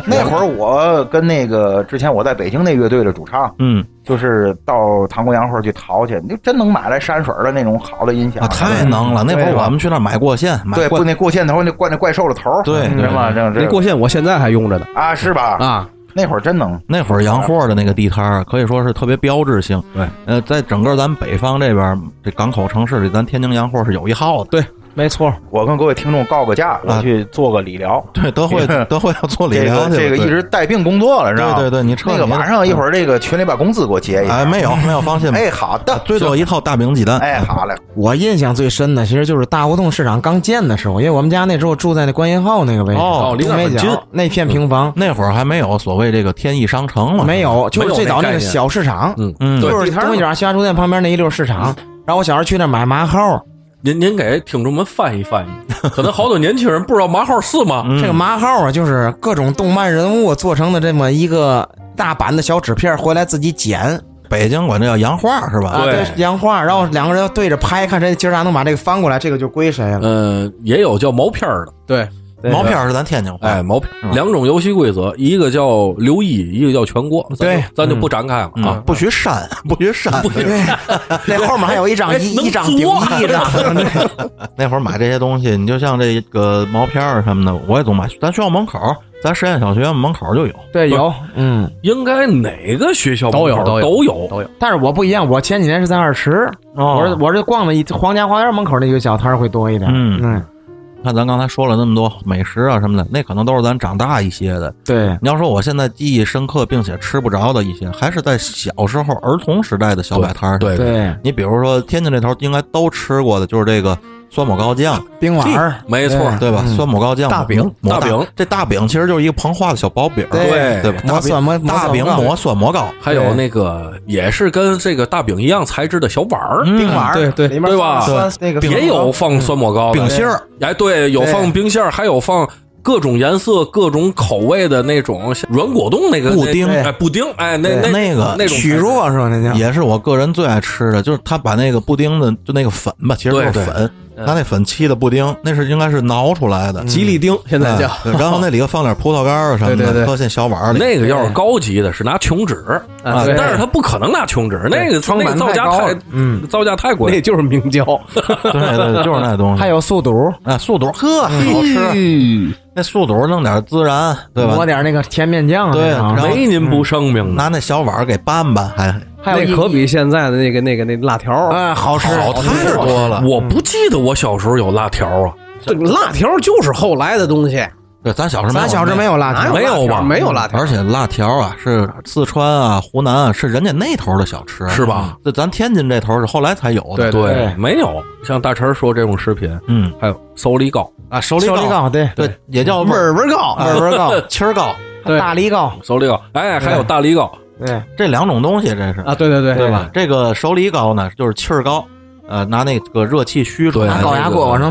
[SPEAKER 3] 那会儿我跟那个之前我在北京那乐队的主唱，
[SPEAKER 1] 嗯，
[SPEAKER 3] 就是到塘沽洋货去淘去，你就真能买来山水的那种好的音响
[SPEAKER 1] 啊，，太能了！那会儿我们去那儿买过线，买
[SPEAKER 3] 对，
[SPEAKER 1] 过
[SPEAKER 3] 不那过线头那怪那怪兽的头，
[SPEAKER 1] 对
[SPEAKER 3] 你知道吗？这
[SPEAKER 4] 那
[SPEAKER 3] 这
[SPEAKER 4] 过线我现在还用着呢
[SPEAKER 3] 啊是吧？
[SPEAKER 4] 啊！
[SPEAKER 3] 那会儿真能，
[SPEAKER 1] 那会儿洋货的那个地摊儿可以说是特别标志性。
[SPEAKER 5] 对，
[SPEAKER 1] 呃，在整个咱北方这边儿这港口城市里，咱天津洋货是有一号的。
[SPEAKER 2] 没错，
[SPEAKER 3] 我跟各位听众告个假，
[SPEAKER 1] 啊
[SPEAKER 3] 我去做个理疗。
[SPEAKER 1] 对，德 惠德惠要做理
[SPEAKER 3] 这
[SPEAKER 1] 疗
[SPEAKER 3] 个
[SPEAKER 1] 去了，
[SPEAKER 3] 这个
[SPEAKER 1] 对
[SPEAKER 3] 一直带病工作了，知
[SPEAKER 1] 对
[SPEAKER 3] 道吗？
[SPEAKER 1] 对对，你撤
[SPEAKER 3] 那个
[SPEAKER 1] 你
[SPEAKER 3] 马上一会儿这个群里把工资给我结一下。
[SPEAKER 1] 哎没有没有放心吧，
[SPEAKER 3] 哎，好的，
[SPEAKER 1] 最多一套大饼鸡蛋。
[SPEAKER 3] 哎，好嘞，
[SPEAKER 2] 我印象最深的其实就是大胡同市场刚建的时候，因为我们家那时候住在那观音号那个位置，
[SPEAKER 1] 哦
[SPEAKER 5] 离那
[SPEAKER 2] 东
[SPEAKER 5] 儿
[SPEAKER 2] 北
[SPEAKER 5] 很近
[SPEAKER 2] 角那片平房，
[SPEAKER 1] 那会儿还没有所谓这个天意商城嘛，
[SPEAKER 2] 没，有，就是最早那
[SPEAKER 5] 嗯没有那概
[SPEAKER 2] 个
[SPEAKER 5] 念
[SPEAKER 2] 小市场，
[SPEAKER 5] 嗯
[SPEAKER 1] 嗯
[SPEAKER 5] 对
[SPEAKER 2] 就是
[SPEAKER 5] 地摊儿
[SPEAKER 2] 东北角西华书店旁边那一溜市场。然后我小时候去那儿买麻号，
[SPEAKER 5] 您您给听众们翻译翻译，可能好多年轻人不知道麻号是吗？
[SPEAKER 1] 嗯
[SPEAKER 2] 这个麻号啊，就是各种动漫人物做成的这么一个大版的小纸片儿，回来自己剪。
[SPEAKER 1] 北京管这叫洋画是吧？
[SPEAKER 2] 啊，
[SPEAKER 5] 对
[SPEAKER 2] 对，洋画，然后两个人对着拍，看谁今儿啥能把这个翻过来，这个就归谁了。
[SPEAKER 5] 呃，也有叫毛片儿的，
[SPEAKER 4] 对，
[SPEAKER 1] 毛片儿是咱天津话
[SPEAKER 5] 哎，，毛片
[SPEAKER 1] 嗯
[SPEAKER 5] 两种游戏规则，一个叫刘一，一个叫全国，咱就
[SPEAKER 2] 对
[SPEAKER 5] 咱就不展开了啊
[SPEAKER 1] 嗯，。不许删，不许删。
[SPEAKER 2] 对，那后面还有一张
[SPEAKER 5] 哎
[SPEAKER 2] 一
[SPEAKER 5] 能啊
[SPEAKER 2] 一张
[SPEAKER 5] 做
[SPEAKER 2] 顶一张，
[SPEAKER 1] 那会儿买这些东西，你就像这个毛片儿什么的，我也总买。咱学校门口儿，咱实验小学门口儿就有。
[SPEAKER 2] 对，有，嗯，
[SPEAKER 5] 应该哪个学校
[SPEAKER 4] 都有
[SPEAKER 5] 门口
[SPEAKER 4] 都有
[SPEAKER 5] 都有
[SPEAKER 4] 都有
[SPEAKER 2] 但是我不一样，我前几年是在二十，
[SPEAKER 5] 哦
[SPEAKER 2] 我是我是逛的一皇家花园门口那个小摊儿会多一点，
[SPEAKER 1] 嗯
[SPEAKER 2] 嗯，
[SPEAKER 1] 看咱刚才说了那么多美食啊什么的，那可能都是咱长大一些的。
[SPEAKER 2] 对，
[SPEAKER 1] 你要说我现在记忆深刻并且吃不着的一些，还是在小时候儿童时代的小摆摊儿。，
[SPEAKER 5] 对，
[SPEAKER 2] 对，
[SPEAKER 1] 你比如说天津这头应该都吃过的，就是这个酸抹糕酱，
[SPEAKER 2] 冰碗儿，
[SPEAKER 5] 没错，
[SPEAKER 2] 嗯
[SPEAKER 1] 对吧？酸抹糕酱、
[SPEAKER 4] 大饼
[SPEAKER 1] 抹
[SPEAKER 5] 大饼，
[SPEAKER 1] 这大饼其实就是一个膨化的小薄饼，
[SPEAKER 2] 对
[SPEAKER 1] 对吧？
[SPEAKER 2] 磨蒜磨
[SPEAKER 1] 大饼
[SPEAKER 2] 磨
[SPEAKER 1] 磨蒜磨糕，
[SPEAKER 5] 还有那个也是跟这个大饼一样材质的小碗儿，
[SPEAKER 1] 嗯
[SPEAKER 2] 冰碗儿，
[SPEAKER 4] 对对
[SPEAKER 2] 里面
[SPEAKER 5] 对吧
[SPEAKER 2] 放那个
[SPEAKER 5] 也有放酸抹糕的
[SPEAKER 1] 饼心儿，
[SPEAKER 5] 哎，对，有放冰馅儿，还有放各种颜色、各种口味的那种像软果冻那个
[SPEAKER 1] 布丁
[SPEAKER 5] 那哎，布丁，哎，那
[SPEAKER 1] 对那个
[SPEAKER 5] 那种
[SPEAKER 2] 曲
[SPEAKER 5] 肉，
[SPEAKER 2] 弱是吧？那叫
[SPEAKER 1] 也是我个人最爱吃的，就是他把那个布丁的就那个粉吧，其实就是
[SPEAKER 5] 对对
[SPEAKER 1] 粉，他那粉沏的布丁，那是应该是挠出来的，
[SPEAKER 4] 吉利丁现在
[SPEAKER 1] 哎
[SPEAKER 4] 叫
[SPEAKER 1] 对然后那里头放点葡萄干儿啊什么
[SPEAKER 4] 对对
[SPEAKER 1] 的，
[SPEAKER 4] 对
[SPEAKER 1] 搁进小碗儿里。
[SPEAKER 5] 那个要是高级的，是拿琼脂，
[SPEAKER 4] 啊对
[SPEAKER 5] 但是他不可能拿琼脂，那个
[SPEAKER 2] 成
[SPEAKER 5] 那
[SPEAKER 2] 本
[SPEAKER 5] 个造
[SPEAKER 2] 太
[SPEAKER 5] 价
[SPEAKER 2] 高
[SPEAKER 5] 太
[SPEAKER 2] 了，嗯，
[SPEAKER 5] 造价太 贵
[SPEAKER 4] 那
[SPEAKER 5] 了。
[SPEAKER 4] 就是明胶，
[SPEAKER 1] 对对，对就是那东西。
[SPEAKER 2] 还有素肚，
[SPEAKER 1] 哎，素肚，呵，好吃。啊
[SPEAKER 4] 嗯，
[SPEAKER 1] 那素肚弄点孜然，对吧
[SPEAKER 2] 抹？点那个甜面酱，啊
[SPEAKER 1] 对
[SPEAKER 2] 那种
[SPEAKER 1] 然后
[SPEAKER 5] 没您不生病的，
[SPEAKER 1] 拿那小碗儿给拌拌，还
[SPEAKER 2] 还有一
[SPEAKER 4] 那可比现在的那个那个那辣条儿，
[SPEAKER 5] 啊
[SPEAKER 2] 哎，好吃，
[SPEAKER 1] 好太多了。
[SPEAKER 5] 我不记得我小时候有辣条啊，
[SPEAKER 4] 这辣条儿就是后来的东西，
[SPEAKER 1] 对，咱小时候
[SPEAKER 2] 咱小时候没有辣条，
[SPEAKER 5] 没有
[SPEAKER 4] 辣条儿
[SPEAKER 5] 吧
[SPEAKER 4] 没有辣条儿，
[SPEAKER 1] 而且辣条啊，是四川啊、湖南啊，是人家那头的小吃，
[SPEAKER 5] 是吧？
[SPEAKER 1] 这咱天津这头是后来才有的。
[SPEAKER 4] 对对
[SPEAKER 2] 对
[SPEAKER 5] 没有。像大陈说这种食品，
[SPEAKER 1] 嗯，
[SPEAKER 5] 还有手里糕，
[SPEAKER 1] 啊，手
[SPEAKER 2] 小
[SPEAKER 1] 里
[SPEAKER 2] 梨
[SPEAKER 1] 糕，
[SPEAKER 2] 糕，对，
[SPEAKER 1] 对，也叫味
[SPEAKER 4] 味
[SPEAKER 1] 儿
[SPEAKER 4] 儿味儿高，
[SPEAKER 2] 味味糕，
[SPEAKER 1] 气儿糕，
[SPEAKER 4] 对
[SPEAKER 2] 大梨糕，
[SPEAKER 5] 手里糕，哎，还有大梨糕，
[SPEAKER 2] 对，
[SPEAKER 1] 这两种东西，这是
[SPEAKER 4] 啊，对对对，
[SPEAKER 1] 嗯对吧？？这个手里糕呢，就是气儿糕，呃，拿那个热气虚出
[SPEAKER 5] 对
[SPEAKER 1] 来
[SPEAKER 2] 拿
[SPEAKER 1] 的
[SPEAKER 2] 高
[SPEAKER 1] 那
[SPEAKER 2] 压
[SPEAKER 1] 个
[SPEAKER 2] 锅往上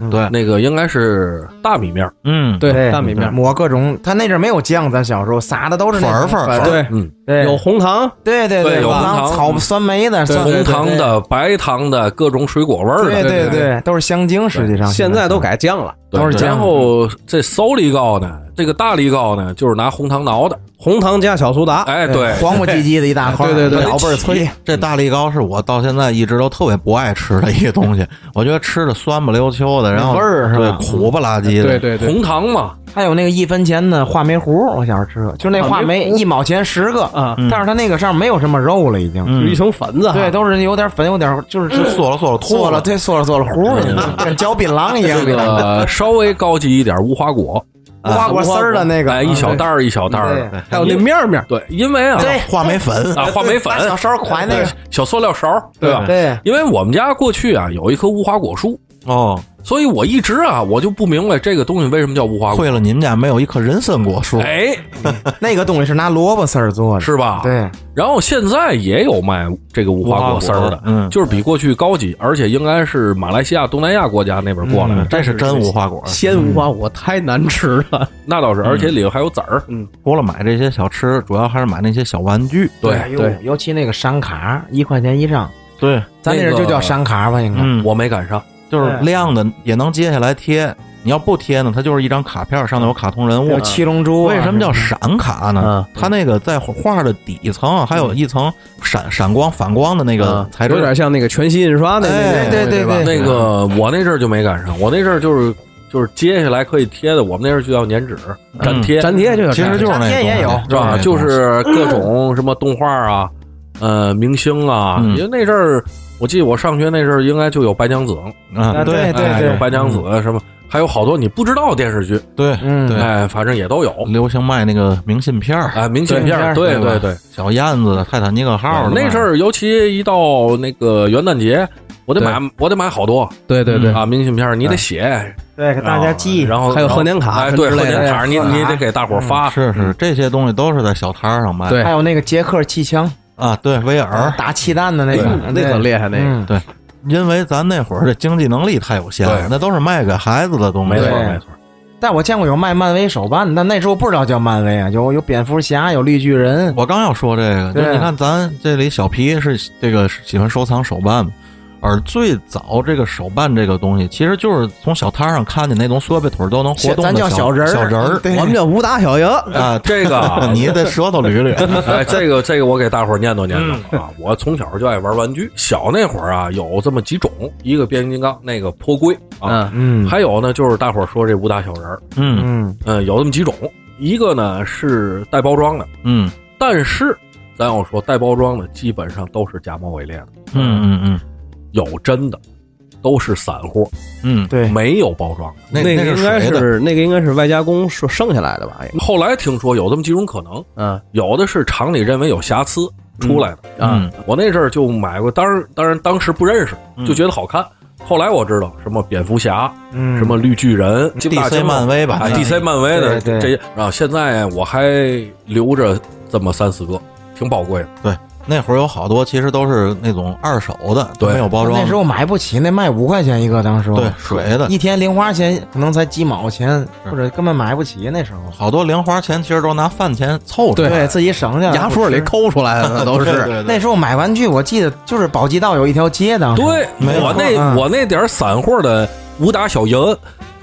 [SPEAKER 2] 嗯呲，
[SPEAKER 1] 对，
[SPEAKER 5] 那个应该是大米面儿，
[SPEAKER 1] 嗯，
[SPEAKER 4] 对，大米面儿，
[SPEAKER 2] 抹各种，他那阵儿没有酱，咱小时候撒的都是那种
[SPEAKER 1] 粉儿粉儿
[SPEAKER 4] 对，
[SPEAKER 5] 嗯，
[SPEAKER 2] 对，
[SPEAKER 4] 有红糖，
[SPEAKER 2] 对对
[SPEAKER 5] 对有
[SPEAKER 2] 有
[SPEAKER 5] 红
[SPEAKER 2] 糖
[SPEAKER 5] 糖
[SPEAKER 2] 草酸梅的，
[SPEAKER 4] 对
[SPEAKER 2] 酸
[SPEAKER 5] 红糖
[SPEAKER 2] 对
[SPEAKER 5] 的、白糖的，各种水果味儿
[SPEAKER 2] 对
[SPEAKER 5] 的。
[SPEAKER 2] 对对，都是香精，实际上
[SPEAKER 4] 现在都改酱了，
[SPEAKER 5] 对
[SPEAKER 2] 都是这样
[SPEAKER 5] 然后这馊梨糕呢，这个大梨糕呢，就是拿红糖熬的。
[SPEAKER 4] 红糖加小苏
[SPEAKER 2] 啊
[SPEAKER 4] 打，
[SPEAKER 5] 哎，对，
[SPEAKER 2] 黄不唧唧的一大块儿，
[SPEAKER 4] 对对对
[SPEAKER 2] 老倍儿脆，
[SPEAKER 1] 这大力糕是我到现在一直都特别不爱吃的一个东西，我觉得吃的酸不溜秋的，然后
[SPEAKER 2] 味儿是
[SPEAKER 1] 对
[SPEAKER 2] 吧
[SPEAKER 1] 苦不拉几的，
[SPEAKER 4] 对对对，
[SPEAKER 5] 红糖嘛，
[SPEAKER 2] 还有那个一分钱的话梅糊，我小时候吃过，就是那话梅一毛钱十个，
[SPEAKER 4] 啊，
[SPEAKER 1] 嗯
[SPEAKER 2] 但是它那个上面没有什么肉了，已经。
[SPEAKER 4] 就
[SPEAKER 1] 嗯
[SPEAKER 4] 一，层粉子，
[SPEAKER 2] 对，，都是有点粉，有点就是
[SPEAKER 1] 嗦了嗦了吐
[SPEAKER 2] 嗦了，，对，嗦了嗦了糊，跟嚼槟榔一样
[SPEAKER 5] 啊这。个稍微高级一点，无花果，
[SPEAKER 2] 花
[SPEAKER 4] 啊
[SPEAKER 2] 果丝儿的 那个啊
[SPEAKER 5] 哎，一小袋儿一小袋儿的，
[SPEAKER 4] 还有那面儿面儿，
[SPEAKER 5] 对，因为啊，
[SPEAKER 1] 话梅粉，
[SPEAKER 5] 啊，话梅粉
[SPEAKER 2] 拿，小勺㧟那个，
[SPEAKER 5] 小塑料勺儿，对吧？
[SPEAKER 2] 对，
[SPEAKER 5] 因为我们家过去啊有一棵无花果树，
[SPEAKER 1] 哦，
[SPEAKER 5] 所以我一直啊我就不明白这个东西为什么叫无花果，
[SPEAKER 1] 会了，你们家没有一棵人参果树，
[SPEAKER 5] 哎，
[SPEAKER 2] 那个东西是拿萝卜丝儿做的，
[SPEAKER 5] 是吧？。
[SPEAKER 2] 对，
[SPEAKER 5] 然后现在也有卖这个无花果丝儿的，
[SPEAKER 1] 嗯，
[SPEAKER 5] 就是比过去高级，而且应该是马来西亚、东南亚国家那边过来的
[SPEAKER 1] 嗯，这是真无花果。
[SPEAKER 4] 鲜啊无花果太难吃了。
[SPEAKER 5] 那倒是，而且里头还有籽儿。
[SPEAKER 1] 除了买这些小吃，主要还是买那些小玩具。
[SPEAKER 5] 对
[SPEAKER 2] 尤，尤其那个山卡，一块钱一张，
[SPEAKER 1] 对，
[SPEAKER 2] 咱那
[SPEAKER 5] 那
[SPEAKER 2] 人
[SPEAKER 5] 个
[SPEAKER 2] 就叫山卡吧，应该。
[SPEAKER 1] 嗯，
[SPEAKER 5] 我没赶上，
[SPEAKER 1] 就是亮的也能揭下来贴，你要不贴呢，它就是一张卡片，上头有卡通人物
[SPEAKER 2] 有。七龙珠啊，
[SPEAKER 1] 嗯为什么叫
[SPEAKER 2] 是
[SPEAKER 1] 闪卡呢？它那个在画的底层啊还有一层闪闪光反光的那个材质
[SPEAKER 4] 啊嗯有，点像那个全息印刷那
[SPEAKER 1] 哎
[SPEAKER 4] 那
[SPEAKER 2] 对对
[SPEAKER 4] 对吧
[SPEAKER 2] 对
[SPEAKER 5] 那个我那阵儿就没赶上，我那阵儿就是就是接下来可以贴的，我们那阵儿就叫粘纸粘贴，
[SPEAKER 4] 粘贴就有
[SPEAKER 1] 其实就是那
[SPEAKER 2] 粘贴也有
[SPEAKER 5] 是吧？就是各种什么动画啊，呃，明星啊，
[SPEAKER 1] 嗯
[SPEAKER 5] 因为那阵儿我记得我上学那阵儿应该就有白娘子，
[SPEAKER 1] 啊，
[SPEAKER 2] 啊对
[SPEAKER 5] 哎有白娘子什么，还有好多你不知道电视剧，
[SPEAKER 1] 对，
[SPEAKER 2] 嗯，
[SPEAKER 1] 对嗯
[SPEAKER 5] 哎，反正也都有。
[SPEAKER 1] 流行卖那个明信片儿，
[SPEAKER 5] 哎，明信片儿，对对对，
[SPEAKER 1] 小燕子、泰坦尼克号的
[SPEAKER 5] 哦那阵儿，尤其一到那个元旦节，我得买，我得买好多
[SPEAKER 4] 对对对，
[SPEAKER 5] 啊，明信片儿，你得写，
[SPEAKER 2] 对，给大家记。
[SPEAKER 5] 然后
[SPEAKER 4] 还有贺年卡
[SPEAKER 5] 哎，
[SPEAKER 4] 什么
[SPEAKER 5] 对，
[SPEAKER 4] 之
[SPEAKER 5] 贺
[SPEAKER 4] 类的嗯
[SPEAKER 5] 年卡，你
[SPEAKER 2] 贺年卡
[SPEAKER 5] 你得给大伙儿发，
[SPEAKER 1] 是是，这些东西都是在小摊儿上卖。
[SPEAKER 4] 对
[SPEAKER 2] 还有那个捷克气枪，
[SPEAKER 1] 啊，对，威尔，
[SPEAKER 2] 打气弹的那个，
[SPEAKER 4] 嗯
[SPEAKER 2] 嗯
[SPEAKER 4] 那可厉害那个。
[SPEAKER 2] 个。
[SPEAKER 1] 因为咱那会儿的经济能力太有限了
[SPEAKER 5] 对，
[SPEAKER 1] 那都是卖给孩子的东西。
[SPEAKER 5] 没错
[SPEAKER 2] 对
[SPEAKER 5] 没错，
[SPEAKER 2] 但我见过有卖漫威手办的，但那时候不知道叫漫威啊，有有蝙蝠侠，有绿巨人，
[SPEAKER 1] 我刚要说这个，就是
[SPEAKER 2] 对
[SPEAKER 1] 你看咱这里小皮是这个喜欢收藏手办嘛，而最早这个手办这个东西，其实就是从小摊上看见那种缩背腿儿都能活动
[SPEAKER 2] 咱
[SPEAKER 1] 的
[SPEAKER 2] 叫
[SPEAKER 1] 小
[SPEAKER 2] 人儿，
[SPEAKER 1] 小人儿
[SPEAKER 2] 对
[SPEAKER 4] 我们叫武打小营，
[SPEAKER 1] 啊，
[SPEAKER 5] 这个啊
[SPEAKER 1] 你得舌头捋捋。
[SPEAKER 5] 哎，这个这个我给大伙儿念叨念叨啊！我从小就爱玩玩具，小那会儿啊有这么几种，一个变形金刚，那个坡龟啊，
[SPEAKER 4] 嗯，
[SPEAKER 2] 嗯
[SPEAKER 5] 还有呢就是大伙儿说这武打小人儿，
[SPEAKER 1] 嗯
[SPEAKER 2] 嗯，
[SPEAKER 5] 嗯，有这么几种，一个呢是带包装的，
[SPEAKER 1] 嗯
[SPEAKER 5] 但是咱要说带包装的基本上都是假冒伪劣的，
[SPEAKER 1] 嗯嗯嗯
[SPEAKER 5] 有真的都是散货，
[SPEAKER 1] 嗯，
[SPEAKER 2] 对，
[SPEAKER 5] 没有包装的。
[SPEAKER 1] 那
[SPEAKER 4] 个
[SPEAKER 1] 是
[SPEAKER 4] 应该
[SPEAKER 1] 谁的？
[SPEAKER 4] 是那个应该是外加工剩剩下来的吧？哎
[SPEAKER 5] 后来听说有这么几种可能，
[SPEAKER 4] 嗯
[SPEAKER 5] 有的是厂里认为有瑕疵出来的。
[SPEAKER 4] 啊，
[SPEAKER 1] 嗯
[SPEAKER 5] 我那阵儿就买过，当然当然当时不认识，就觉得好看。后来我知道什么蝙蝠侠、
[SPEAKER 2] 嗯
[SPEAKER 5] 什么绿巨人、金大
[SPEAKER 1] ，DC
[SPEAKER 5] 金
[SPEAKER 1] 嗯漫威吧
[SPEAKER 5] 啊，DC 漫威的
[SPEAKER 2] 对
[SPEAKER 5] 这
[SPEAKER 2] 对
[SPEAKER 5] 些啊，现在我还留着这么三四个，挺宝贵的。
[SPEAKER 1] 那会儿有好多其实都是那种二手的，都
[SPEAKER 5] 对
[SPEAKER 1] 没有包装
[SPEAKER 2] 那时。候买不起，那卖五块钱一个，当时
[SPEAKER 1] 对，水的，
[SPEAKER 2] 一天零花钱可能才几毛钱，或者根本买不起那时候。
[SPEAKER 1] 好多零花钱其实都拿饭钱凑出
[SPEAKER 4] 对
[SPEAKER 1] 来。
[SPEAKER 2] 自己省下来，
[SPEAKER 4] 牙缝里
[SPEAKER 2] 啊不吃。
[SPEAKER 4] 抠出来的那都是。
[SPEAKER 1] 对对
[SPEAKER 2] 那时候买玩具，我记得就是宝鸡道有一条街的，
[SPEAKER 5] 对
[SPEAKER 1] 啊没有
[SPEAKER 5] 我那
[SPEAKER 2] 嗯
[SPEAKER 5] 我那点儿散货的武打小营，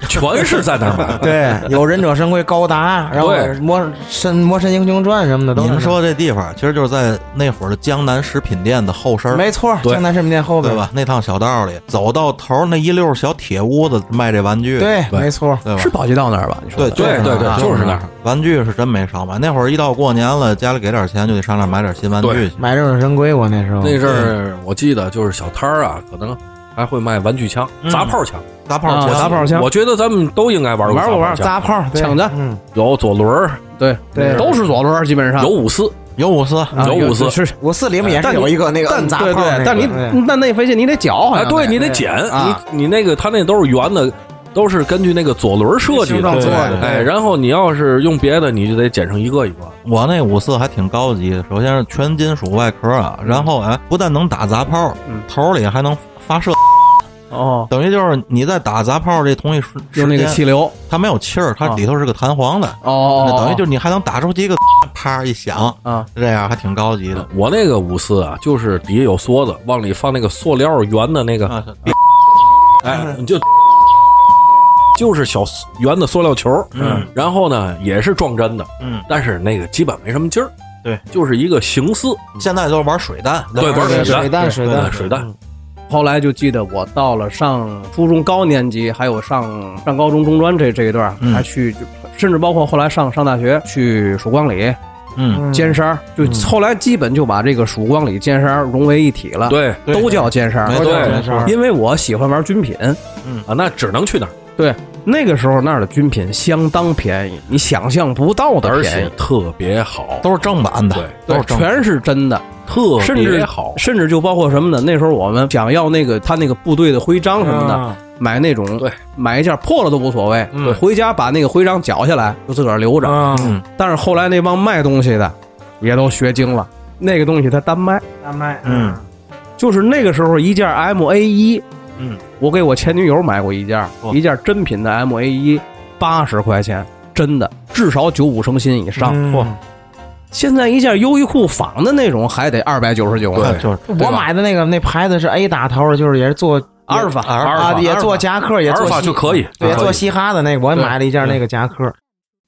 [SPEAKER 5] 全是在那儿买的。
[SPEAKER 2] 对，有忍者神龟、高达，然后
[SPEAKER 5] 对
[SPEAKER 2] 魔神魔神英雄传什么的都。
[SPEAKER 1] 你们，说这地方其实就是在那会儿的江南食品店的后身儿，
[SPEAKER 2] 没错，
[SPEAKER 5] 对
[SPEAKER 2] 江南市民店后边
[SPEAKER 1] 对？吧？那趟小道里，走到头儿那一溜儿小铁屋子卖这玩具，
[SPEAKER 2] 对，
[SPEAKER 1] 对
[SPEAKER 2] 没错，
[SPEAKER 1] 对吧？
[SPEAKER 4] 是宝鸡道那儿吧？你说
[SPEAKER 1] 对
[SPEAKER 4] 的
[SPEAKER 5] 对对对，就是那儿。
[SPEAKER 1] 啊玩具是真没少买。那会儿一到过年了，家里给点钱就得上那儿买点新玩具
[SPEAKER 5] 对
[SPEAKER 1] 去。
[SPEAKER 2] 买忍者神龟，我那时候
[SPEAKER 5] 那阵儿我记得就是小摊儿啊，可能还会卖玩具枪、
[SPEAKER 1] 嗯
[SPEAKER 5] 砸炮枪。
[SPEAKER 1] 砸炮
[SPEAKER 4] 啊
[SPEAKER 1] 儿，
[SPEAKER 4] 砸炮枪
[SPEAKER 5] 我觉得咱们都应该玩过
[SPEAKER 4] 玩过
[SPEAKER 5] 砸
[SPEAKER 4] 玩
[SPEAKER 5] 炮枪
[SPEAKER 2] 砸炮、对
[SPEAKER 4] 抢着
[SPEAKER 2] 嗯，
[SPEAKER 5] 有左轮儿，
[SPEAKER 4] 对
[SPEAKER 2] 对
[SPEAKER 4] 都是左轮儿，基本上
[SPEAKER 5] 有五四，
[SPEAKER 1] 有五四，
[SPEAKER 4] 啊
[SPEAKER 5] 有五四
[SPEAKER 4] 是，
[SPEAKER 2] 五四里面也
[SPEAKER 4] 但
[SPEAKER 2] 是有一个那个摁砸炮
[SPEAKER 4] 对
[SPEAKER 2] 那个，
[SPEAKER 4] 对，但你
[SPEAKER 2] 对
[SPEAKER 4] 但那费劲，你得搅，好
[SPEAKER 5] 哎，
[SPEAKER 4] 像
[SPEAKER 5] 对
[SPEAKER 4] 得
[SPEAKER 5] 你得剪，
[SPEAKER 4] 啊
[SPEAKER 5] 你你那个它那都是圆的，都是根据那个左轮设计
[SPEAKER 2] 形状
[SPEAKER 5] 的。
[SPEAKER 2] 做
[SPEAKER 1] 对
[SPEAKER 2] 的，
[SPEAKER 5] 哎，然后你要是用别的，你就得剪成一个一个。
[SPEAKER 1] 我那五四还挺高级的。首先是全金属外壳啊，然后哎，不但能打砸炮
[SPEAKER 4] 嗯，
[SPEAKER 1] 头儿里还能发射，
[SPEAKER 4] 哦，
[SPEAKER 1] 等于就是你在打砸炮这同一瞬
[SPEAKER 4] 用那个，
[SPEAKER 1] 时间
[SPEAKER 4] 气流
[SPEAKER 1] 它没有气儿，它
[SPEAKER 4] 啊
[SPEAKER 1] 里头是个弹簧的，
[SPEAKER 4] 哦，
[SPEAKER 1] 那等于就你还能打出几个啪一响，
[SPEAKER 4] 啊，
[SPEAKER 1] 这样还挺高级的。
[SPEAKER 5] 我那个五四啊，就是底下有梭子，往里放那个塑料圆的那
[SPEAKER 4] 嗯
[SPEAKER 5] 个，
[SPEAKER 1] 啊，
[SPEAKER 5] 哎，你就 就是小圆的塑料球，
[SPEAKER 1] 嗯，
[SPEAKER 5] 然后呢也是撞针的，
[SPEAKER 1] 嗯，
[SPEAKER 5] 但是那个基本没什么劲儿，
[SPEAKER 1] 对，
[SPEAKER 5] 就是一个形似，
[SPEAKER 1] 现在都是玩水弹，
[SPEAKER 5] 对玩
[SPEAKER 2] 对水弹
[SPEAKER 1] 水
[SPEAKER 2] 水
[SPEAKER 1] 弹
[SPEAKER 2] 弹
[SPEAKER 5] 哎，水弹，
[SPEAKER 4] 后来就记得我到了上初中高年级，还有上上高中中专这这一段儿，
[SPEAKER 1] 嗯
[SPEAKER 4] 还去，就甚至包括后来上上大学去曙光里、
[SPEAKER 1] 嗯，
[SPEAKER 2] 嗯
[SPEAKER 4] 尖山儿，就后来基本就把这个曙光里、尖山儿融为一体了，，
[SPEAKER 5] 对，
[SPEAKER 1] 对
[SPEAKER 4] 都叫尖山
[SPEAKER 1] 没
[SPEAKER 4] 儿。
[SPEAKER 1] 错
[SPEAKER 5] 对
[SPEAKER 1] 没错
[SPEAKER 4] 因为我喜欢玩军品，
[SPEAKER 5] 啊，那只能去那儿。
[SPEAKER 4] 那个时候那儿的军品相当便宜，你想象不到的
[SPEAKER 5] 而
[SPEAKER 4] 便
[SPEAKER 5] 且
[SPEAKER 4] 宜，
[SPEAKER 5] 特别好，
[SPEAKER 1] 都是正版的，都
[SPEAKER 4] 对
[SPEAKER 1] 是，正版
[SPEAKER 4] 全是真的，
[SPEAKER 5] 特
[SPEAKER 4] 甚至
[SPEAKER 5] 别好。
[SPEAKER 4] 甚至就包括什么呢？那时候我们想要那个他那个部队的徽章什么的，
[SPEAKER 2] 啊
[SPEAKER 4] 买那种
[SPEAKER 5] 对，
[SPEAKER 4] 买一件破了都无所谓，
[SPEAKER 1] 嗯
[SPEAKER 4] 回家把那个徽章绞下来就自个儿留着。
[SPEAKER 2] 啊，
[SPEAKER 4] 但是后来那帮卖东西的也都学精了，那个东西他单卖，
[SPEAKER 2] 大麦，
[SPEAKER 1] 嗯，
[SPEAKER 4] 就是那个时候一件 M A 一，
[SPEAKER 1] 嗯，
[SPEAKER 4] 我给我前女友买过一件，
[SPEAKER 1] 哦
[SPEAKER 4] 一件真品的 M A 一，八十块钱，真的至少九五升新以上。
[SPEAKER 2] 嗯
[SPEAKER 1] 嚯
[SPEAKER 4] 现在一件优衣库仿的那种还得二百九十九，
[SPEAKER 1] 看就是
[SPEAKER 2] 我买的那个那牌子是 A 打头的，就是也是做
[SPEAKER 4] 阿尔法，
[SPEAKER 1] 阿尔
[SPEAKER 2] 啊，也做夹克，也
[SPEAKER 5] 阿
[SPEAKER 2] 做
[SPEAKER 5] 尔法
[SPEAKER 2] 嘻
[SPEAKER 5] 就可以，
[SPEAKER 2] 对，
[SPEAKER 5] 可以
[SPEAKER 2] 做嘻哈的那个，我也
[SPEAKER 5] 对
[SPEAKER 2] 买了一件那个夹克。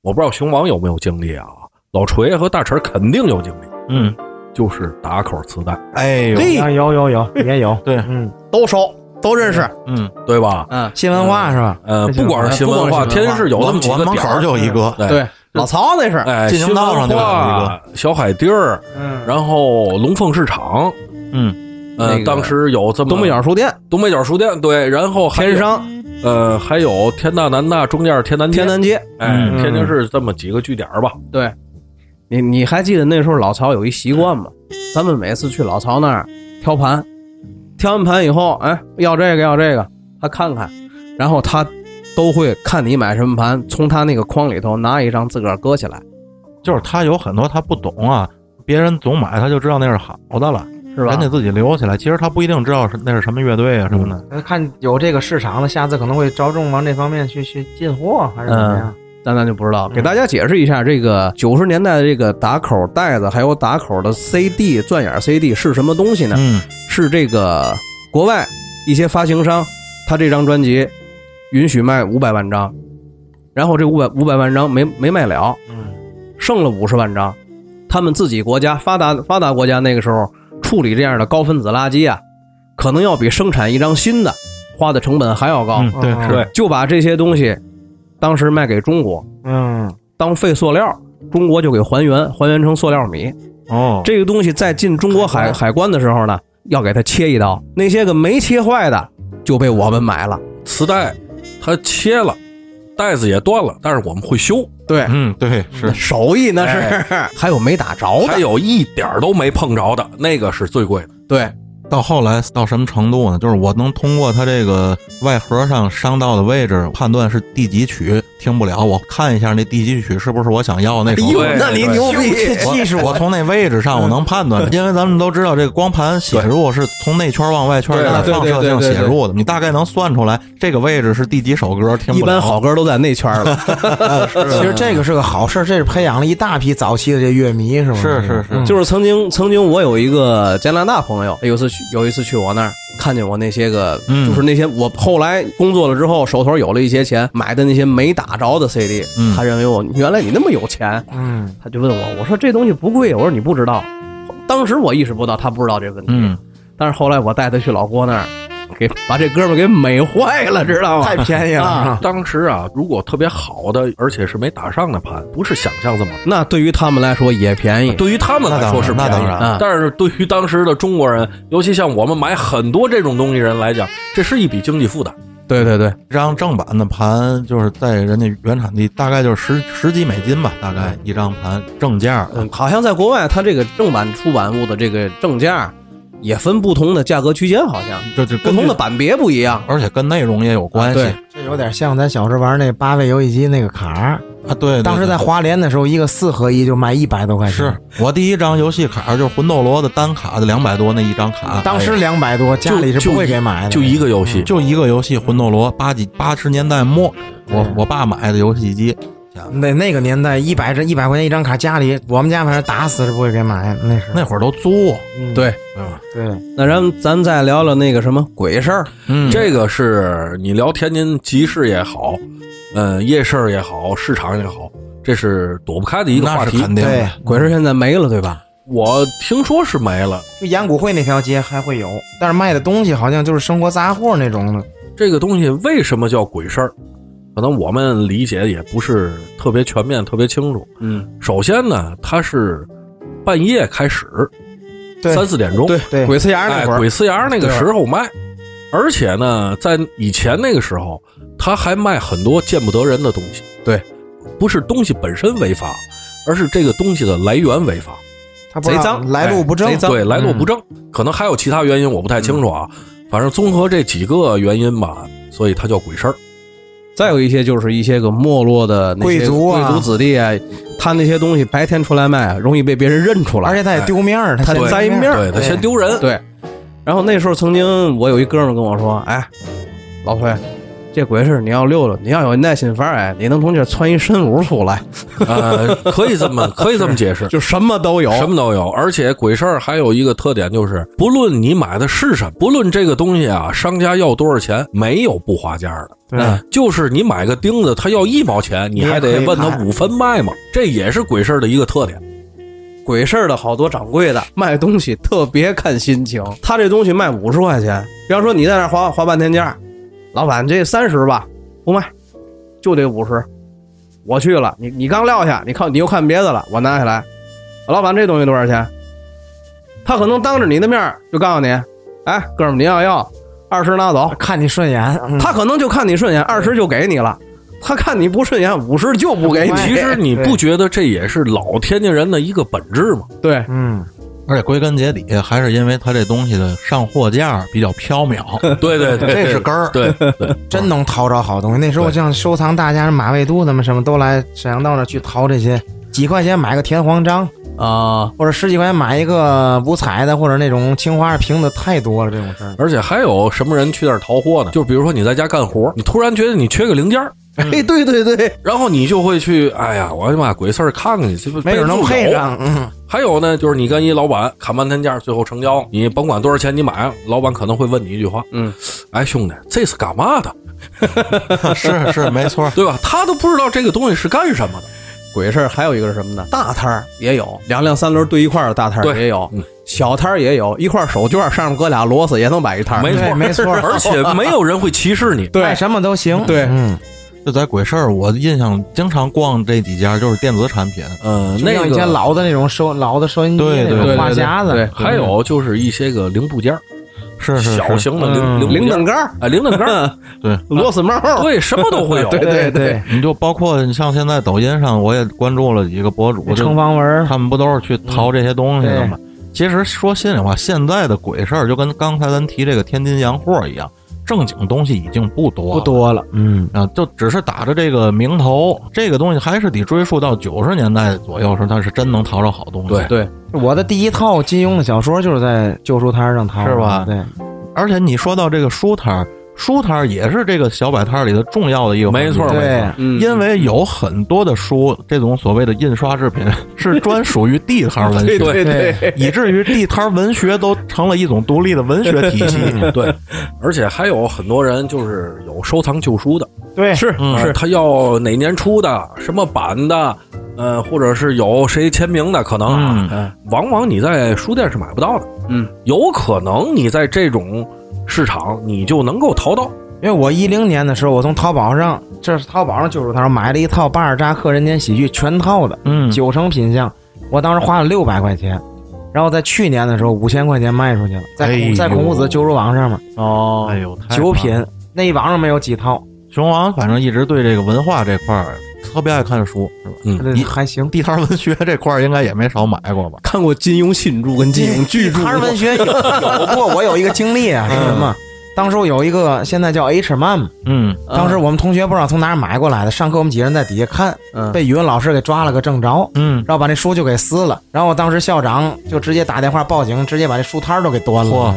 [SPEAKER 5] 我不知道熊王有没有经历啊？老锤和大陈肯定有经历，
[SPEAKER 1] 嗯，
[SPEAKER 5] 就是打口磁带，
[SPEAKER 1] 哎呦，
[SPEAKER 4] 嘿，
[SPEAKER 2] 啊有有有，也有。
[SPEAKER 1] 对
[SPEAKER 2] 嗯，
[SPEAKER 4] 都收，都认识，
[SPEAKER 1] 嗯，
[SPEAKER 5] 对吧？
[SPEAKER 4] 嗯，
[SPEAKER 2] 新文化是吧？
[SPEAKER 5] 呃，
[SPEAKER 2] 这就
[SPEAKER 5] 不管是新文
[SPEAKER 4] 不
[SPEAKER 5] 化，
[SPEAKER 4] 管是新
[SPEAKER 5] 天
[SPEAKER 4] 文化
[SPEAKER 5] 津市有那
[SPEAKER 1] 我
[SPEAKER 5] 么
[SPEAKER 1] 们
[SPEAKER 5] 几
[SPEAKER 1] 我
[SPEAKER 5] 个
[SPEAKER 1] 们门
[SPEAKER 5] 点
[SPEAKER 1] 口
[SPEAKER 5] 儿，
[SPEAKER 1] 就有一个，
[SPEAKER 5] 对，
[SPEAKER 4] 对，老曹那是，
[SPEAKER 5] 哎，
[SPEAKER 1] 进
[SPEAKER 5] 新
[SPEAKER 1] 行道上就
[SPEAKER 5] 文
[SPEAKER 1] 有
[SPEAKER 5] 化、小海地儿，
[SPEAKER 4] 嗯，
[SPEAKER 5] 然后龙凤市场，
[SPEAKER 1] 嗯，
[SPEAKER 5] 呃，
[SPEAKER 4] 那个
[SPEAKER 5] 当时有这么
[SPEAKER 4] 东北角书店、
[SPEAKER 5] 东北角书店，对，然后还有
[SPEAKER 4] 天，商、
[SPEAKER 5] 呃，还有天大南大，中间是天南街
[SPEAKER 4] 天，南街，
[SPEAKER 5] 哎，
[SPEAKER 1] 嗯
[SPEAKER 5] 天津市这么几个据点儿吧，
[SPEAKER 4] 对，你你还记得那时候老曹有一习惯吗？咱们每次去老曹那儿挑盘，挑完盘以后，哎，要这个要这个，他看看，然后他都会看你买什么盘，从他那个筐里头拿一张自个儿搁起来，
[SPEAKER 1] 就是他有很多他不懂啊，别人总买他就知道那是好的了，
[SPEAKER 4] 是吧
[SPEAKER 1] 人？家自己留起来，其实他不一定知道是那是什么乐队啊什么
[SPEAKER 2] 嗯
[SPEAKER 1] 的，
[SPEAKER 2] 看有这个市场的，下次可能会着重往这方面去去进货，还是怎么样？
[SPEAKER 4] 咱咱就不知道，给大家解释一下，这个九十年代的这个打口袋子，还有打口的 CD 钻眼 CD 是什么东西呢？
[SPEAKER 1] 嗯
[SPEAKER 4] 是这个国外一些发行商，他这张专辑允许卖五百万张，然后这五百五百万张没没卖了，
[SPEAKER 1] 嗯
[SPEAKER 4] 剩了五十万张，他们自己国家发达发达国家那个时候处理这样的高分子垃圾啊，可能要比生产一张新的花的成本还要高，
[SPEAKER 1] 嗯，对
[SPEAKER 2] 嗯
[SPEAKER 1] 是
[SPEAKER 5] 对
[SPEAKER 4] 就把这些东西当时卖给中国
[SPEAKER 2] 嗯，
[SPEAKER 4] 当废塑料，中国就给还原还原成塑料米，
[SPEAKER 1] 哦，
[SPEAKER 4] 这个东西在进中国海海关的时候呢，要给它切一刀，那些个没切坏的就被我们买了。
[SPEAKER 5] 磁带它切了，带子也断了，但是我们会修，
[SPEAKER 4] 对，
[SPEAKER 1] 嗯对是，
[SPEAKER 4] 手艺那是，哎还有没打着
[SPEAKER 5] 还
[SPEAKER 4] 的。
[SPEAKER 5] 有一点儿都没碰着的那个是最贵的，
[SPEAKER 4] 对，
[SPEAKER 1] 到后来到什么程度呢？就是我能通过它这个外盒上商道的位置判断是第几曲，听不了，我看一下那第几曲是不是我想要的那首歌。
[SPEAKER 5] 哎呦那你
[SPEAKER 4] 牛逼
[SPEAKER 1] 我我从那位置上我能判
[SPEAKER 4] 嗯
[SPEAKER 1] 断，因为咱们都知道这个光盘写入是从内圈往外圈
[SPEAKER 5] 对
[SPEAKER 1] 的
[SPEAKER 4] 对
[SPEAKER 1] 放射
[SPEAKER 4] 对对
[SPEAKER 1] 性
[SPEAKER 4] 对
[SPEAKER 1] 写入的，你大概能算出来这个位置是第几首歌听
[SPEAKER 4] 一
[SPEAKER 1] 不了。
[SPEAKER 4] 般好歌都在内圈 了。
[SPEAKER 2] 其实这个是个好事，这是培养了一大批早期的这乐迷，是吗？嗯
[SPEAKER 1] 是嗯是是，
[SPEAKER 4] 就是曾经，曾经我有一个加拿大朋友，有一次去，有一次去我那儿，看见我那些个，
[SPEAKER 1] 嗯
[SPEAKER 4] 就是那些我后来工作了之后，手头有了一些钱买的那些没打着的 CD，、
[SPEAKER 1] 嗯
[SPEAKER 4] 他认为我原来你那么有钱，
[SPEAKER 2] 嗯，
[SPEAKER 4] 他就问我，我说这东西不贵，我说你不知道，当时我意识不到他不知道这个问题，
[SPEAKER 1] 嗯，
[SPEAKER 4] 但是后来我带他去老郭那儿，给把这哥们儿给美坏了，知道吗？
[SPEAKER 2] 太便宜了，
[SPEAKER 5] 当时啊，如果特别好的，而且是没打上的盘，不是想象这么。
[SPEAKER 4] 那对于他们来说也便宜，
[SPEAKER 5] 对于他们来说是
[SPEAKER 1] 那当然
[SPEAKER 5] 便宜
[SPEAKER 1] 那
[SPEAKER 4] 当然
[SPEAKER 5] 嗯但是对于当时的中国人，尤其像我们买很多这种东西人来讲，这是一笔经济负担。
[SPEAKER 4] 对对对，
[SPEAKER 1] 一张正版的盘就是在人家原产地大概就是十十几美金吧，大概一张盘正价的。
[SPEAKER 4] 嗯，好像在国外，它这个正版出版物的这个正价也分不同的价格区间，好像
[SPEAKER 1] 这这
[SPEAKER 4] 不
[SPEAKER 1] 跟
[SPEAKER 4] 同的，版别不一样。
[SPEAKER 1] 而且跟内容也有关系
[SPEAKER 4] 啊对
[SPEAKER 2] 这有点像咱小时候玩那八位游戏机那个卡儿。
[SPEAKER 1] 啊。对，对
[SPEAKER 2] 当时在
[SPEAKER 1] 对
[SPEAKER 2] 华联的时候，一个四合一就卖一百多块钱，
[SPEAKER 1] 是我第一张游戏卡就是魂斗罗的单卡的两百多那一张卡，
[SPEAKER 2] 当时两百多，家里是不会给买的，
[SPEAKER 1] 哎
[SPEAKER 5] 就一个游戏，
[SPEAKER 1] 就一个游戏魂斗罗，八几八十年代末，
[SPEAKER 5] 嗯
[SPEAKER 1] 我我爸买的游戏机，
[SPEAKER 2] 那那个年代一百这一百块钱一张卡，家里我们家反正打死是不会给买，那是
[SPEAKER 1] 那会儿都租，
[SPEAKER 2] 嗯
[SPEAKER 4] 对，
[SPEAKER 1] 对吧？
[SPEAKER 2] 对，
[SPEAKER 4] 那咱们咱再聊聊那个什么鬼事儿，
[SPEAKER 1] 嗯，
[SPEAKER 5] 这个是你聊天津集市也好，嗯，夜市也好，市场也好，这是躲不开的一个话
[SPEAKER 1] 那是
[SPEAKER 5] 题。
[SPEAKER 1] 肯定的。
[SPEAKER 4] 鬼事儿现在没了，对吧？
[SPEAKER 5] 我听说是没了
[SPEAKER 2] 就演骨会那条街还会有，但是卖的东西好像就是生活杂货那种的。
[SPEAKER 5] 这个东西，为什么叫鬼事儿？可能我们理解也不是特别全面、特别清楚。
[SPEAKER 4] 嗯，
[SPEAKER 5] 首先呢，它是半夜开始，
[SPEAKER 2] 对
[SPEAKER 5] 三四点钟，
[SPEAKER 4] 对
[SPEAKER 2] 对
[SPEAKER 4] 鬼呲牙
[SPEAKER 5] 哎
[SPEAKER 4] 那会，儿，
[SPEAKER 5] 鬼呲牙那个时候卖，而且呢，在以前那个时候，他还卖很多见不得人的东西。
[SPEAKER 1] 对，
[SPEAKER 5] 不是东西本身违法，而是这个东西的来源违法。
[SPEAKER 2] 他不让
[SPEAKER 4] 贼脏
[SPEAKER 2] 来路不正
[SPEAKER 4] 哎贼。脏
[SPEAKER 5] 对，来路不正，可能还有其他原因，我不太清楚啊。
[SPEAKER 4] 嗯
[SPEAKER 5] 反正综合这几个原因吧，所以它叫鬼事儿。
[SPEAKER 4] 再有一些就是一些个没落的那些
[SPEAKER 2] 贵族啊
[SPEAKER 4] 贵族子弟啊，他那些东西白天出来卖，容易被别人认出来，
[SPEAKER 2] 而且他也丢面儿，哎
[SPEAKER 4] 他
[SPEAKER 2] 他先
[SPEAKER 4] 栽面
[SPEAKER 2] 面
[SPEAKER 4] 儿
[SPEAKER 5] 对，他
[SPEAKER 2] 对
[SPEAKER 5] 先丢人。
[SPEAKER 4] 对。然后那时候曾经我有一哥们儿跟我说：“哎，老崔，这鬼事儿你要溜溜，你要有耐心法儿，哎，你能从这儿窜一身无出来，
[SPEAKER 5] 呃，可以这么可以这么解 释，
[SPEAKER 4] 就什么都有。
[SPEAKER 5] 什么都有。而且鬼事儿还有一个特点就是，不论你买的是什么，不论这个东西啊，商家要多少钱，没有不花价的。
[SPEAKER 2] 对
[SPEAKER 5] 嗯就是你买个钉子，他要一毛钱，你还
[SPEAKER 2] 你也
[SPEAKER 5] 得
[SPEAKER 2] 可以
[SPEAKER 5] 问他
[SPEAKER 2] 买
[SPEAKER 5] 五分卖吗？这也是鬼事儿的一个特点。
[SPEAKER 4] 鬼事儿的好多掌柜的卖东西特别看心情，他这东西卖五十块钱，比方说你在那儿划划半天价，老板这三十吧，不卖，就得五十。我去了，你你刚撂下，你看你又看别的了，我拿起来，老板这东西多少钱？他可能当着你的面儿就告诉你，哎，哥们儿，你要要二十拿走，
[SPEAKER 2] 看你顺眼，嗯
[SPEAKER 4] 他可能就看你顺眼，二十就给你了。他看你不顺眼，五十就不给
[SPEAKER 2] 哎
[SPEAKER 4] 你。
[SPEAKER 5] 其实你不觉得这也是老天津人的一个本质吗？
[SPEAKER 4] 对，
[SPEAKER 2] 嗯，
[SPEAKER 1] 而且归根结底还是因为它这东西的上货价比较缥 缈，
[SPEAKER 5] 对对对，
[SPEAKER 1] 这是根儿。
[SPEAKER 5] 对
[SPEAKER 2] 真能淘着好东西。那时候像收藏大家马未都他们什么都来沈阳道那去淘这些，几块钱买个田黄章，
[SPEAKER 4] 啊、
[SPEAKER 2] 或者十几块钱买一个五彩的，或者那种青花瓶的，太多了这种事儿。
[SPEAKER 5] 而且还有什么人去那儿淘货呢？就比如说你在家干活，你突然觉得你缺个零件儿，
[SPEAKER 4] 哎，对对对，
[SPEAKER 5] 然后你就会去，哎呀，我的妈，鬼事儿看看去，这不
[SPEAKER 2] 没准能配
[SPEAKER 5] 备注有。
[SPEAKER 2] 上，嗯，
[SPEAKER 5] 还有呢，就是你跟一老板砍半天价，最后成交，你甭管多少钱你买，老板可能会问你一句话，
[SPEAKER 4] 嗯，
[SPEAKER 5] 哎兄弟，这是干嘛的，
[SPEAKER 1] 是是没 错。
[SPEAKER 5] 对吧？他都不知道这个东西是干什么的。
[SPEAKER 4] 鬼事儿还有一个是什么呢？大摊儿也有，两辆三轮堆一块儿的大摊儿
[SPEAKER 5] 对
[SPEAKER 4] 也有，
[SPEAKER 5] 嗯
[SPEAKER 4] 小摊儿也有，一块手绢儿上面搁俩螺丝也能摆一摊儿。
[SPEAKER 5] 没错
[SPEAKER 2] 对没错
[SPEAKER 5] 而且没有人会歧视你。
[SPEAKER 4] 对
[SPEAKER 2] 卖哎什么都行。
[SPEAKER 4] 对
[SPEAKER 2] 嗯，
[SPEAKER 1] 就在鬼事儿，我印象经常逛这几家，就是电子产品。
[SPEAKER 5] 嗯、
[SPEAKER 2] 就
[SPEAKER 5] 那
[SPEAKER 2] 像以前
[SPEAKER 5] 个
[SPEAKER 2] 老的那种收老的收音机
[SPEAKER 1] 对
[SPEAKER 2] 那
[SPEAKER 1] 对
[SPEAKER 2] 种
[SPEAKER 1] 对
[SPEAKER 2] 话
[SPEAKER 4] 对对
[SPEAKER 2] 匣子
[SPEAKER 4] 对，
[SPEAKER 5] 还有就是一些个零部件儿，
[SPEAKER 1] 是是
[SPEAKER 5] 小
[SPEAKER 1] 是，
[SPEAKER 5] 型的零
[SPEAKER 2] 嗯
[SPEAKER 5] 零
[SPEAKER 4] 零
[SPEAKER 5] 部件儿
[SPEAKER 4] 等杆儿、
[SPEAKER 5] 啊，零等杆儿，
[SPEAKER 1] 对
[SPEAKER 4] 螺丝帽儿，
[SPEAKER 5] 对，什么都会有。
[SPEAKER 4] 对对对，
[SPEAKER 1] 你就包括你像现在抖音上，我也关注了几个博主，就
[SPEAKER 2] 程方文儿，
[SPEAKER 1] 他们不都是去淘这些东西的吗？其实说心里话，现在的鬼事儿就跟刚才咱提这个天津洋货一样，正经东西已经不多
[SPEAKER 2] 不
[SPEAKER 1] 了
[SPEAKER 2] 多了，嗯，
[SPEAKER 1] 啊，就只是打着这个名头，这个东西还是得追溯到九十年代左右时，候，它是真能淘着好东西。
[SPEAKER 5] 对
[SPEAKER 4] 对，
[SPEAKER 2] 我的第一套金庸的小说就是在旧书摊儿上淘的，
[SPEAKER 1] 是吧
[SPEAKER 2] 对，
[SPEAKER 1] 而且你说到这个书摊儿，书摊儿也是这个小摆摊儿里的重要的一个环节，
[SPEAKER 5] 没错
[SPEAKER 1] 对
[SPEAKER 2] 对，
[SPEAKER 4] 嗯
[SPEAKER 1] 因为有很多的书，这种所谓的印刷制品是专属于地摊儿文学，
[SPEAKER 4] 对对
[SPEAKER 2] 对
[SPEAKER 4] 对，
[SPEAKER 1] 以至于地摊儿文学都成了一种独立的文学体 系。
[SPEAKER 5] 对，而且还有很多人就是有收藏旧书的，
[SPEAKER 2] 对，
[SPEAKER 4] 是
[SPEAKER 1] 嗯
[SPEAKER 5] 啊
[SPEAKER 4] 是，
[SPEAKER 5] 他要哪年出的，什么版的，呃，或者是有谁签名的，可能啊，
[SPEAKER 4] 嗯
[SPEAKER 5] 往往你在书店是买不到的，
[SPEAKER 4] 嗯，
[SPEAKER 5] 有可能你在这种市场你就能够淘到，
[SPEAKER 2] 因为我一零年的时候，我从淘宝上，这是淘宝上旧书摊儿买了一套巴尔扎克《人间喜剧》全套的，
[SPEAKER 1] 嗯，
[SPEAKER 2] 九成品相，我当时花了六百块钱，然后在去年的时候五千块钱卖出去了，在
[SPEAKER 1] 哎
[SPEAKER 2] 孔
[SPEAKER 1] 呦
[SPEAKER 2] 在孔夫子旧书网上面
[SPEAKER 4] 哦
[SPEAKER 1] 哎呦，太
[SPEAKER 2] 九
[SPEAKER 1] 棒了
[SPEAKER 2] 品那一网上没有几套，
[SPEAKER 1] 熊王，反正一直对这个文化这块儿特别爱看书，是吧？
[SPEAKER 2] 这
[SPEAKER 1] 一
[SPEAKER 2] 还行。
[SPEAKER 1] 地摊儿文学这块儿应该也没少买过吧？
[SPEAKER 4] 看过金庸新著跟金庸巨著
[SPEAKER 2] 哈，文学有有过，我有一个经 历啊，是什么？当时我有一个现在叫 H man，
[SPEAKER 1] 嗯，
[SPEAKER 2] 当时我们同学不知道从哪儿买过来的，上课我们几人在底下看，
[SPEAKER 4] 嗯
[SPEAKER 2] 被语文老师给抓了个正着，
[SPEAKER 1] 嗯，
[SPEAKER 2] 然后把那书就给撕了。然后当时校长就直接打电话报警，直接把这书摊儿都给端
[SPEAKER 1] 嚯
[SPEAKER 2] 了，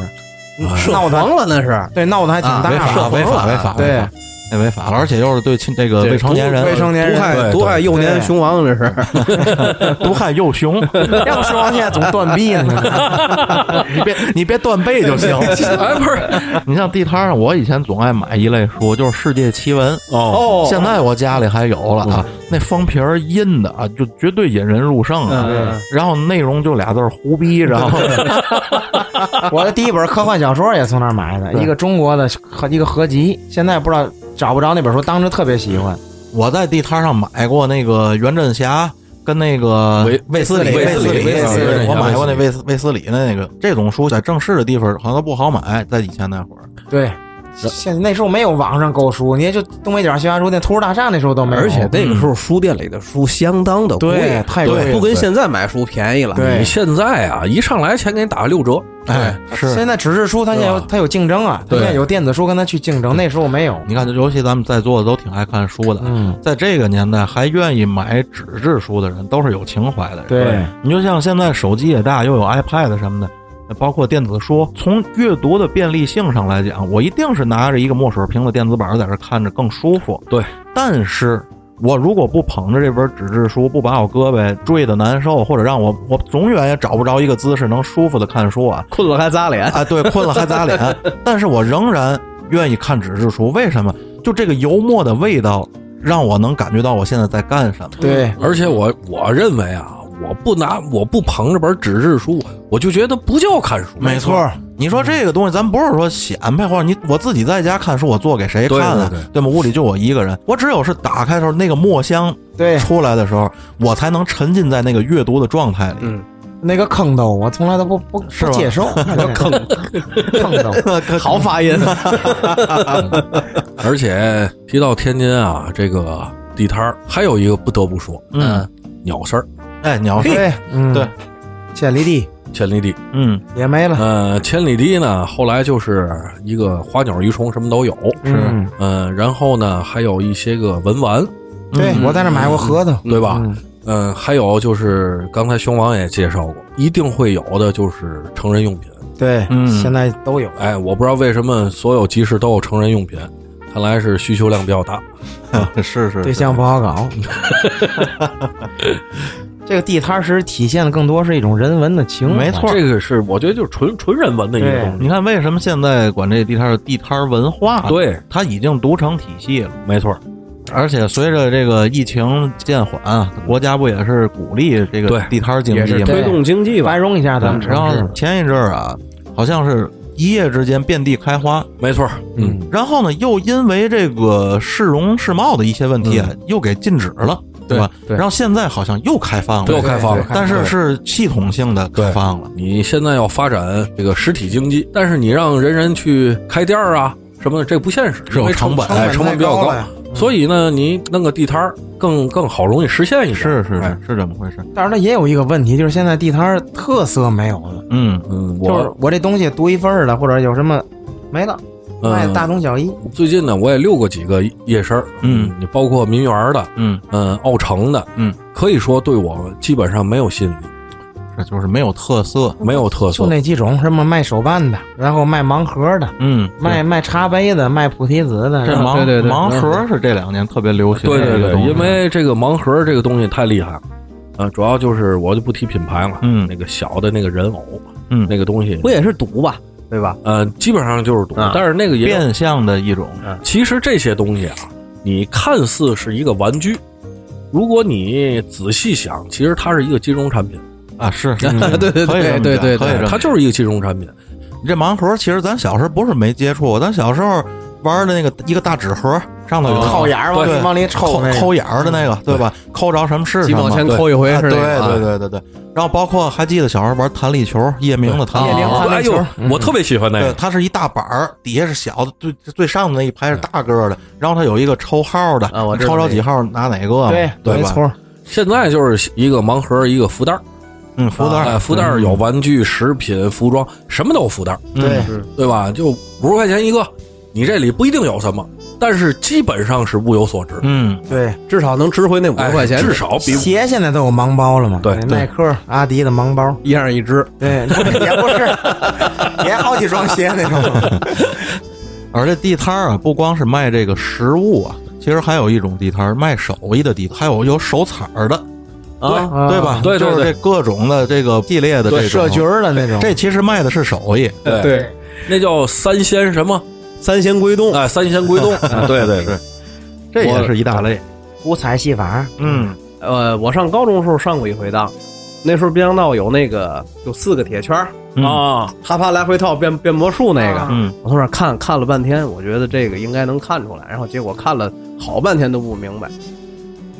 [SPEAKER 5] 哎
[SPEAKER 2] 闹得
[SPEAKER 4] 黄了那是，
[SPEAKER 2] 对闹得还挺
[SPEAKER 4] 啊
[SPEAKER 2] 大
[SPEAKER 1] 违法，
[SPEAKER 2] 的，
[SPEAKER 1] 违法，违法，
[SPEAKER 2] 对，
[SPEAKER 1] 那违法了，而且又是对青这个
[SPEAKER 4] 对
[SPEAKER 1] 未成年人
[SPEAKER 2] 未成年人
[SPEAKER 4] 毒害
[SPEAKER 5] 对
[SPEAKER 4] 毒害幼年
[SPEAKER 2] 对
[SPEAKER 4] 熊王这是，
[SPEAKER 1] 毒害幼 熊，
[SPEAKER 2] 要不说王现在总断臂呢，
[SPEAKER 1] 你别你别断背就行。
[SPEAKER 5] 不是
[SPEAKER 1] 你像地摊儿上，我以前总爱买一类书，就是《世界奇闻》，
[SPEAKER 5] 哦，
[SPEAKER 4] 哦
[SPEAKER 1] 现在我家里还有了啊，那封皮儿印的啊，就绝对引人入胜啊。
[SPEAKER 4] 嗯嗯
[SPEAKER 1] 然后内容就俩字儿胡逼，然后
[SPEAKER 2] 我的第一本科幻小说也从那儿买的，
[SPEAKER 1] 对
[SPEAKER 2] 一个中国的合一个合集，现在不知道找不着那本书，当时特别喜欢。
[SPEAKER 1] 我在地摊上买过那个袁振霞跟那个
[SPEAKER 5] 维
[SPEAKER 1] 卫斯理、
[SPEAKER 2] 卫
[SPEAKER 1] 卫
[SPEAKER 2] 斯
[SPEAKER 1] 斯
[SPEAKER 2] 理
[SPEAKER 1] 理，
[SPEAKER 2] 卫斯理
[SPEAKER 1] 对
[SPEAKER 2] 卫斯理
[SPEAKER 1] 我买过那卫斯卫斯理的那个这种书，在正式的地方好像都不好买，在以前那会儿。
[SPEAKER 2] 对，现那时候没有网上购书，你也就东北角新华书店、图书大厦那时候都没有，
[SPEAKER 4] 而且那个时候书
[SPEAKER 5] 嗯
[SPEAKER 4] 店里的书相当的
[SPEAKER 2] 对
[SPEAKER 4] 贵，
[SPEAKER 2] 太
[SPEAKER 1] 对
[SPEAKER 2] 贵
[SPEAKER 4] 不
[SPEAKER 2] 了。
[SPEAKER 4] 跟现在买书便宜了。
[SPEAKER 2] 对
[SPEAKER 5] 你现在啊，一上来先给你打个六折，
[SPEAKER 1] 哎，是，
[SPEAKER 2] 现在纸质书它现在有
[SPEAKER 5] 对吧
[SPEAKER 2] 它有竞争啊，它
[SPEAKER 5] 对
[SPEAKER 2] 现在有电子书跟它去竞争，那时候没有。
[SPEAKER 1] 你看，尤其咱们在座的都挺爱看书的，
[SPEAKER 2] 嗯，
[SPEAKER 1] 在这个年代还愿意买纸质书的人，都是有情怀的人。
[SPEAKER 2] 对，
[SPEAKER 1] 你就像现在手机也大，又有 iPad 什么的，呃包括电子书，从阅读的便利性上来讲，我一定是拿着一个墨水屏的电子版在这看着更舒服。
[SPEAKER 5] 对，
[SPEAKER 1] 但是。我如果不捧着这本纸质书，不把我胳膊坠得难受，或者让我我永远也找不着一个姿势能舒服的看书啊，
[SPEAKER 4] 困了还扎脸，
[SPEAKER 1] 啊，对，困了还砸脸， 但是我仍然愿意看纸质书，为什么？就这个油墨的味道，让我能感觉到我现在在干什么。
[SPEAKER 2] 对，
[SPEAKER 5] 而且我我认为啊，我不拿我不捧着本纸质书，我就觉得不叫看书。
[SPEAKER 1] 没错，你说这个东西，咱不是说显摆，或者你我自己在家看书，我做给谁看啊？
[SPEAKER 5] 对对
[SPEAKER 1] 吗？屋里就我一个人，我只有是打开的时候，那个墨香
[SPEAKER 2] 对，
[SPEAKER 1] 出来的时候，我才能沉浸在那个阅读的状态里。
[SPEAKER 4] 嗯，
[SPEAKER 2] 那个坑兜我从来都不不
[SPEAKER 1] 是吧
[SPEAKER 2] 不接受，那个坑 坑兜，
[SPEAKER 4] 好发音。啊
[SPEAKER 5] 而且提到天津啊，这个地摊儿，还有一个不得不说，
[SPEAKER 1] 嗯，
[SPEAKER 5] 鸟市儿、
[SPEAKER 1] 哎，鸟事，
[SPEAKER 2] 对，嗯，
[SPEAKER 1] 对，
[SPEAKER 2] 千里地
[SPEAKER 5] 千里堤。
[SPEAKER 1] 嗯，
[SPEAKER 2] 也没了，
[SPEAKER 5] 呃，千里堤呢，后来就是一个花鸟鱼虫，什么都有。
[SPEAKER 2] 嗯，
[SPEAKER 5] 嗯、然后呢，还有一些个文玩，
[SPEAKER 2] 对我在那买过核桃，
[SPEAKER 5] 对吧？
[SPEAKER 2] 嗯
[SPEAKER 5] 嗯、还有就是刚才熊王也介绍过，一定会有的就是成人用品。
[SPEAKER 2] 对
[SPEAKER 1] 嗯，
[SPEAKER 2] 现在都有，
[SPEAKER 5] 哎，我不知道为什么所有集市都有成人用品，看来是需求量比较大。
[SPEAKER 1] 是是，
[SPEAKER 2] 对象不好搞。这个地摊儿其实体现的更多是一种人文的情怀，
[SPEAKER 1] 没错
[SPEAKER 5] 这个是我觉得就是纯纯人文的一个东西。
[SPEAKER 1] 你看为什么现在管这地摊儿叫地摊儿文化呢？
[SPEAKER 5] 啊对，
[SPEAKER 1] 它已经独成体系了。
[SPEAKER 5] 没错。
[SPEAKER 1] 而且随着这个疫情渐缓啊，国家不也是鼓励这
[SPEAKER 5] 对
[SPEAKER 1] 个地摊儿经济
[SPEAKER 2] 也是
[SPEAKER 1] 吗？
[SPEAKER 2] 推
[SPEAKER 4] 推动经济吧
[SPEAKER 2] 繁，荣一下咱们城
[SPEAKER 1] 然后
[SPEAKER 2] 市。
[SPEAKER 1] 嗯前一阵儿啊，好像是一夜之间遍地开花，
[SPEAKER 5] 没错，嗯，
[SPEAKER 1] 然后呢，又因为这个市容市貌的一些问题，啊，又给禁止了，对吧？
[SPEAKER 2] 对
[SPEAKER 1] 然后现在好像又开放
[SPEAKER 5] 又
[SPEAKER 1] 了，
[SPEAKER 5] 开放了
[SPEAKER 2] 对。
[SPEAKER 1] 但是是系统性的开放了。
[SPEAKER 5] 你现在要发展这个实体经济，但是你让人人去开店儿啊什么的，这不现实，
[SPEAKER 1] 是有
[SPEAKER 5] 因为
[SPEAKER 1] 成本
[SPEAKER 5] 哎，成
[SPEAKER 2] 成
[SPEAKER 5] 本
[SPEAKER 2] 本
[SPEAKER 5] 比较
[SPEAKER 2] 太
[SPEAKER 5] 高
[SPEAKER 2] 高了呀。
[SPEAKER 5] 所以呢，你弄个地摊儿更更好，容易实现一点。
[SPEAKER 1] 是是
[SPEAKER 5] 哎
[SPEAKER 1] 是是这么回事？
[SPEAKER 2] 但是它也有一个问题，就是现在地摊儿特色没有了，
[SPEAKER 1] 嗯，
[SPEAKER 5] 嗯，
[SPEAKER 2] 就
[SPEAKER 5] 我
[SPEAKER 2] 是我这东西独一份儿的，或者有什么没了，卖
[SPEAKER 5] 嗯
[SPEAKER 2] 大同小异。
[SPEAKER 5] 最近呢，我也溜过几个夜市儿，
[SPEAKER 1] 嗯，
[SPEAKER 5] 你包括民园儿的，
[SPEAKER 1] 嗯，
[SPEAKER 5] 嗯，奥城的，
[SPEAKER 1] 嗯，
[SPEAKER 5] 可以说对我基本上没有吸引力，
[SPEAKER 1] 这就是没有特色。
[SPEAKER 5] 没有特色
[SPEAKER 2] 就。那几种，什么卖手办的，然后卖盲盒的，
[SPEAKER 1] 嗯，
[SPEAKER 2] 卖卖茶杯的，卖菩提子的，
[SPEAKER 1] 这
[SPEAKER 2] 然后
[SPEAKER 1] 盲
[SPEAKER 4] 对对对
[SPEAKER 1] 盲盒是这两年特别流行
[SPEAKER 5] 对
[SPEAKER 1] 的
[SPEAKER 5] 对
[SPEAKER 1] 一个
[SPEAKER 5] 对，
[SPEAKER 1] 东西，
[SPEAKER 5] 因为这个盲盒这个东西太厉害了，呃，主要就是我就不提品牌了，
[SPEAKER 1] 嗯
[SPEAKER 5] 那个小的那个人偶，
[SPEAKER 1] 嗯
[SPEAKER 5] 那个东西
[SPEAKER 4] 不，也是赌吧，对吧？
[SPEAKER 5] 呃，基本上就是赌，
[SPEAKER 4] 啊
[SPEAKER 5] 但是那个也有
[SPEAKER 1] 变相的一种。
[SPEAKER 5] 其实这些东西啊，你看似是一个玩具，如果你仔细想，其实它是一个金融产品，哎
[SPEAKER 1] 啊，是，
[SPEAKER 4] 嗯对对
[SPEAKER 1] 可以这么
[SPEAKER 4] 对
[SPEAKER 1] 讲
[SPEAKER 4] 对对
[SPEAKER 1] 可以这么
[SPEAKER 5] 它
[SPEAKER 1] 讲
[SPEAKER 5] 就是一个金融产品。
[SPEAKER 1] 这盲盒，其实咱小时候不是没接触过，咱小时候玩的那个一个大纸盒，上头
[SPEAKER 4] 哦
[SPEAKER 1] 有
[SPEAKER 2] 靠眼儿往
[SPEAKER 1] 对
[SPEAKER 2] 往里
[SPEAKER 1] 抠
[SPEAKER 2] 抽那个，
[SPEAKER 1] 抠眼儿的那个，对吧？抠着什么是
[SPEAKER 4] 几
[SPEAKER 1] 什么
[SPEAKER 4] 毛，钱抠一回
[SPEAKER 1] 啊
[SPEAKER 4] 是
[SPEAKER 1] 对
[SPEAKER 4] 那
[SPEAKER 1] 对
[SPEAKER 4] 个。
[SPEAKER 1] 对对对。然后包括还记得小时候玩弹力球，夜明的弹力
[SPEAKER 4] 啊夜明
[SPEAKER 1] 球，
[SPEAKER 4] 弹
[SPEAKER 5] 哎
[SPEAKER 4] 力球
[SPEAKER 5] 呦，我特别喜欢那
[SPEAKER 1] 对，
[SPEAKER 5] 个，
[SPEAKER 1] 它是一大板儿，底下是小的，最最上面那一排是大个儿的，然后它有一个抽号的，
[SPEAKER 4] 啊我知道
[SPEAKER 1] 抽着
[SPEAKER 4] 那个
[SPEAKER 1] 几号拿哪个嘛，
[SPEAKER 2] 对，
[SPEAKER 1] 哦对
[SPEAKER 2] 没
[SPEAKER 1] 吧？
[SPEAKER 2] 错，
[SPEAKER 5] 现在就是一个盲盒，一个福袋儿，
[SPEAKER 1] 嗯，福
[SPEAKER 4] 啊
[SPEAKER 1] 袋
[SPEAKER 5] 哎，
[SPEAKER 1] 儿，
[SPEAKER 5] 福袋儿有玩具、食品、服装，什么都有福袋儿，
[SPEAKER 1] 嗯
[SPEAKER 2] 对，
[SPEAKER 5] 对吧？就五十块钱一个，你这里不一定有什么，但是基本上是物有所值。
[SPEAKER 1] 嗯，
[SPEAKER 2] 对，
[SPEAKER 4] 至少能值回那五
[SPEAKER 5] 哎
[SPEAKER 4] 十块钱，
[SPEAKER 5] 至少比
[SPEAKER 2] 鞋现在都有盲包了嘛，哎
[SPEAKER 5] 对对
[SPEAKER 2] 耐克、阿迪的盲包，
[SPEAKER 4] 一样一只。
[SPEAKER 2] 对，也不是， 也好几双鞋那种，
[SPEAKER 1] 而这地摊儿啊，不光是卖这个食物啊，其实还有一种地摊儿卖手艺的地摊儿，还有有手彩儿的，
[SPEAKER 5] 啊，
[SPEAKER 1] 对吧？
[SPEAKER 5] 对对
[SPEAKER 1] 就是
[SPEAKER 5] 对
[SPEAKER 1] 这各种的这个系列的这种
[SPEAKER 2] 对，社局儿的那种，
[SPEAKER 1] 这其实卖的是手艺，
[SPEAKER 5] 对，
[SPEAKER 4] 对，
[SPEAKER 5] 那叫三仙什么？
[SPEAKER 4] 三仙归洞，
[SPEAKER 5] 哎，三仙归洞。哎对对对，
[SPEAKER 1] 这也是一大类。
[SPEAKER 2] 五彩戏法，
[SPEAKER 1] 嗯
[SPEAKER 4] 呃，我上高中时候上过一回当，那时候边疆道有那个有四个铁圈儿，
[SPEAKER 1] 嗯
[SPEAKER 5] 啊，
[SPEAKER 4] 啪啪来回套变变魔术那个，
[SPEAKER 2] 啊
[SPEAKER 1] 嗯，
[SPEAKER 4] 我从那儿看看了半天，我觉得这个应该能看出来，然后结果看了好半天都不明白。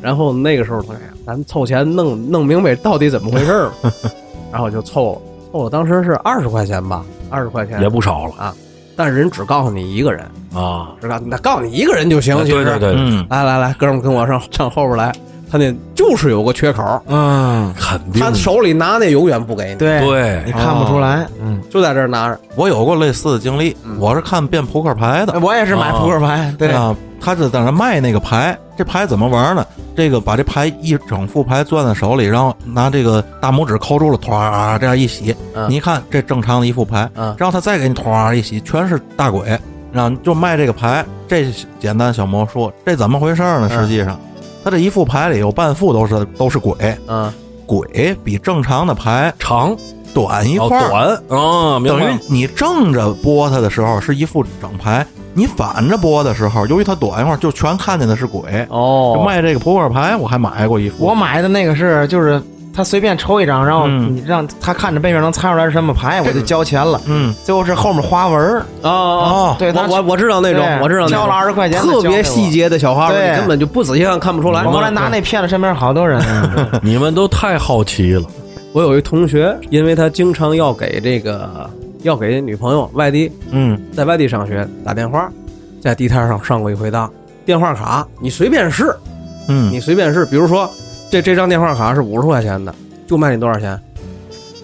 [SPEAKER 4] 然后那个时候同学，咱凑钱弄弄明白到底怎么回事儿吧， 然后就凑了，凑了，当时是二十块钱吧，二十块钱
[SPEAKER 5] 也不少了
[SPEAKER 4] 但是人只告诉你一个人，
[SPEAKER 5] 啊。
[SPEAKER 4] 只告诉你，告诉你一个人就行。
[SPEAKER 5] 哎对
[SPEAKER 4] 其实
[SPEAKER 5] 对对，对
[SPEAKER 1] 嗯，
[SPEAKER 4] 来来来，哥们儿跟我上上后边来，他那就是有个缺口，
[SPEAKER 2] 嗯，
[SPEAKER 5] 肯定
[SPEAKER 4] 他手里拿那永远不给你，
[SPEAKER 2] 对，
[SPEAKER 5] 对
[SPEAKER 2] 你看不出来，
[SPEAKER 1] 哦
[SPEAKER 2] 嗯，
[SPEAKER 4] 就在这儿拿着。
[SPEAKER 1] 我有过类似的经历，我是看变扑克牌的，
[SPEAKER 2] 我也是买扑克牌，对，
[SPEAKER 1] 哦啊，他就在那卖那个牌，这牌怎么玩呢？这个把这牌一整副牌攥在手里，然后拿这个大拇指抠住了，歘这样一洗，
[SPEAKER 4] 嗯
[SPEAKER 1] 你一看这正常的一副牌，
[SPEAKER 4] 嗯
[SPEAKER 1] 然后他再给你歘一洗，全是大鬼，然后就卖这个牌，这简单小魔术，这怎么回事呢？
[SPEAKER 4] 嗯
[SPEAKER 1] 实际上，他这一副牌里有半副都是都是鬼，
[SPEAKER 4] 嗯，
[SPEAKER 1] 鬼比正常的牌
[SPEAKER 5] 长
[SPEAKER 1] 短一
[SPEAKER 5] 哦
[SPEAKER 1] 块儿，
[SPEAKER 5] 短啊，明
[SPEAKER 1] 等
[SPEAKER 5] 白
[SPEAKER 1] 于你正着拨它的时候是一副整牌，你反着拨的时候，由于它短一会儿，就全看见的是鬼。
[SPEAKER 4] 哦，
[SPEAKER 1] 卖这个扑克牌，我还买过一副。
[SPEAKER 2] 我买的那个是就是他随便抽一张，然后
[SPEAKER 1] 嗯
[SPEAKER 2] 你让他看着背面能猜出来是什么牌，我就交 钱了。
[SPEAKER 1] 嗯
[SPEAKER 2] 最后是后面花纹儿，
[SPEAKER 4] 哦哦，
[SPEAKER 2] 对
[SPEAKER 4] 我
[SPEAKER 2] 他
[SPEAKER 4] 我我知道那种
[SPEAKER 2] 对，
[SPEAKER 4] 我知道那
[SPEAKER 2] 交了
[SPEAKER 4] 种
[SPEAKER 2] 二十块钱，
[SPEAKER 4] 特别细。节的小花纹，
[SPEAKER 2] 对
[SPEAKER 4] 你根本就不仔细看看不出来。
[SPEAKER 2] 我后来拿那骗了身边好多人，
[SPEAKER 5] 你们都太好奇了，
[SPEAKER 4] 我有一同学，因为他经常要给这个要给女朋友外地
[SPEAKER 1] 嗯，
[SPEAKER 4] 在外地上学打电话，在地摊上上过一回当，电话卡你随便试，
[SPEAKER 1] 嗯
[SPEAKER 4] 你随便试，比如说这这张电话卡是五十块钱的，就卖你多少钱？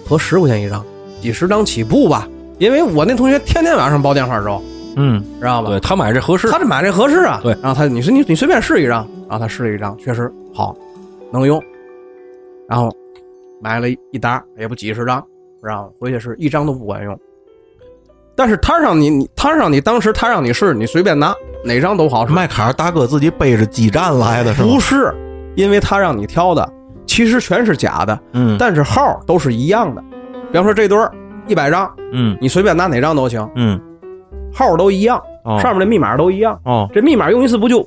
[SPEAKER 4] 合十块钱一张，几十张起步吧。因为我那同学天天晚上煲电话粥，
[SPEAKER 1] 嗯
[SPEAKER 4] 知道吧？
[SPEAKER 5] 对他买这合适
[SPEAKER 4] 他，这买这合适啊。
[SPEAKER 5] 对
[SPEAKER 4] 然后他你说你你随便试一张，然后他试了一张，确实好，能用，然后买了一沓，也不几十张，然后回去是一张都不管用。但是摊上你，你摊上你当时摊上你试，你随便拿哪张都好使。
[SPEAKER 1] 麦卡尔大哥自己背着基站来的是吗
[SPEAKER 4] 不？是，因为他让你挑的，其实全是假的，
[SPEAKER 1] 嗯
[SPEAKER 4] 但是号儿都是一样的。比方说这堆儿一百张，
[SPEAKER 1] 嗯
[SPEAKER 4] 你随便拿哪张都行，
[SPEAKER 1] 嗯，
[SPEAKER 4] 号儿都一样，
[SPEAKER 1] 哦
[SPEAKER 4] 上面的密码都一样。
[SPEAKER 1] 哦
[SPEAKER 4] 这密码用一次不就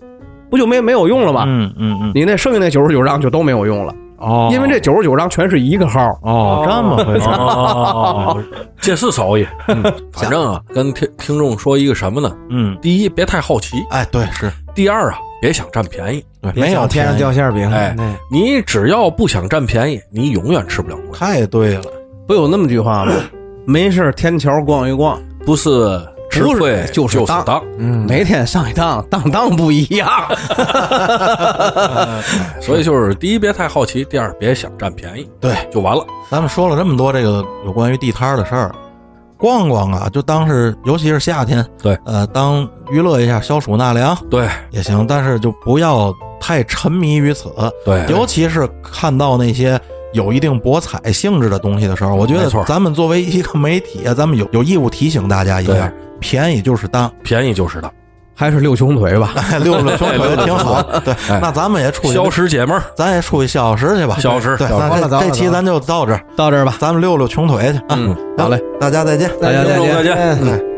[SPEAKER 4] 不就没没有用了吗？
[SPEAKER 1] 嗯嗯嗯
[SPEAKER 4] 你那剩下那九十九张就都没有用了，
[SPEAKER 1] 哦，
[SPEAKER 4] 因为这九十九张全是一个号。
[SPEAKER 1] 哦这么 回事儿。
[SPEAKER 5] 哦，这是手艺。 反正啊，跟听听众说一个什么呢？
[SPEAKER 1] 嗯，
[SPEAKER 5] 第一，别太好奇；
[SPEAKER 1] 哎，对是，
[SPEAKER 5] 第二啊，别想占便宜。
[SPEAKER 1] 对没有
[SPEAKER 2] 天上掉
[SPEAKER 1] 便宜
[SPEAKER 2] 馅儿饼，
[SPEAKER 5] 哎
[SPEAKER 2] 对
[SPEAKER 5] 你只要不想占便宜，你永远吃不了亏。
[SPEAKER 1] 太对了。
[SPEAKER 4] 不有那么句话 吗？没事儿天桥逛一逛，
[SPEAKER 5] 不是吃
[SPEAKER 4] 不是
[SPEAKER 5] 亏
[SPEAKER 4] 就是
[SPEAKER 5] 是
[SPEAKER 4] 当
[SPEAKER 5] 当，
[SPEAKER 2] 嗯，
[SPEAKER 4] 每天上一趟，当当不一 样。
[SPEAKER 5] 所以就是第一，别太好奇；第二，别想占便宜，
[SPEAKER 1] 对，
[SPEAKER 5] 就完了。
[SPEAKER 1] 咱们说了这么多这个有关于地摊儿的事儿，逛逛啊，就当是尤其是夏天，
[SPEAKER 5] 对，
[SPEAKER 1] 呃，当娱乐一下消暑纳凉
[SPEAKER 5] 对
[SPEAKER 1] 也行，但是就不要太沉迷于此，
[SPEAKER 5] 对，
[SPEAKER 1] 尤其是看到那些。有一定博彩性质的东西的时候，我觉
[SPEAKER 5] 没
[SPEAKER 1] 得
[SPEAKER 5] 错
[SPEAKER 1] 咱们作为一个媒体啊，咱们有有义务提醒大家一下
[SPEAKER 5] 对，
[SPEAKER 1] 便宜就是当，
[SPEAKER 5] 便宜就是当，
[SPEAKER 4] 还是遛穷腿吧，
[SPEAKER 1] 哎溜溜胸腿挺好。对，
[SPEAKER 5] 哎
[SPEAKER 1] 那咱们也出去，
[SPEAKER 5] 消食解闷儿。
[SPEAKER 1] 咱也出去消消食去吧。
[SPEAKER 5] 消食
[SPEAKER 1] 对，
[SPEAKER 5] 消食
[SPEAKER 1] 那
[SPEAKER 2] 完了
[SPEAKER 1] 这
[SPEAKER 2] 完了
[SPEAKER 1] 这期咱就到这儿，
[SPEAKER 4] 到这儿吧。
[SPEAKER 1] 咱们溜溜穷腿去啊。
[SPEAKER 5] 嗯，
[SPEAKER 4] 好嘞，
[SPEAKER 1] 大家再见。
[SPEAKER 4] 大家
[SPEAKER 5] 听众再见。
[SPEAKER 4] 见。
[SPEAKER 1] 嗯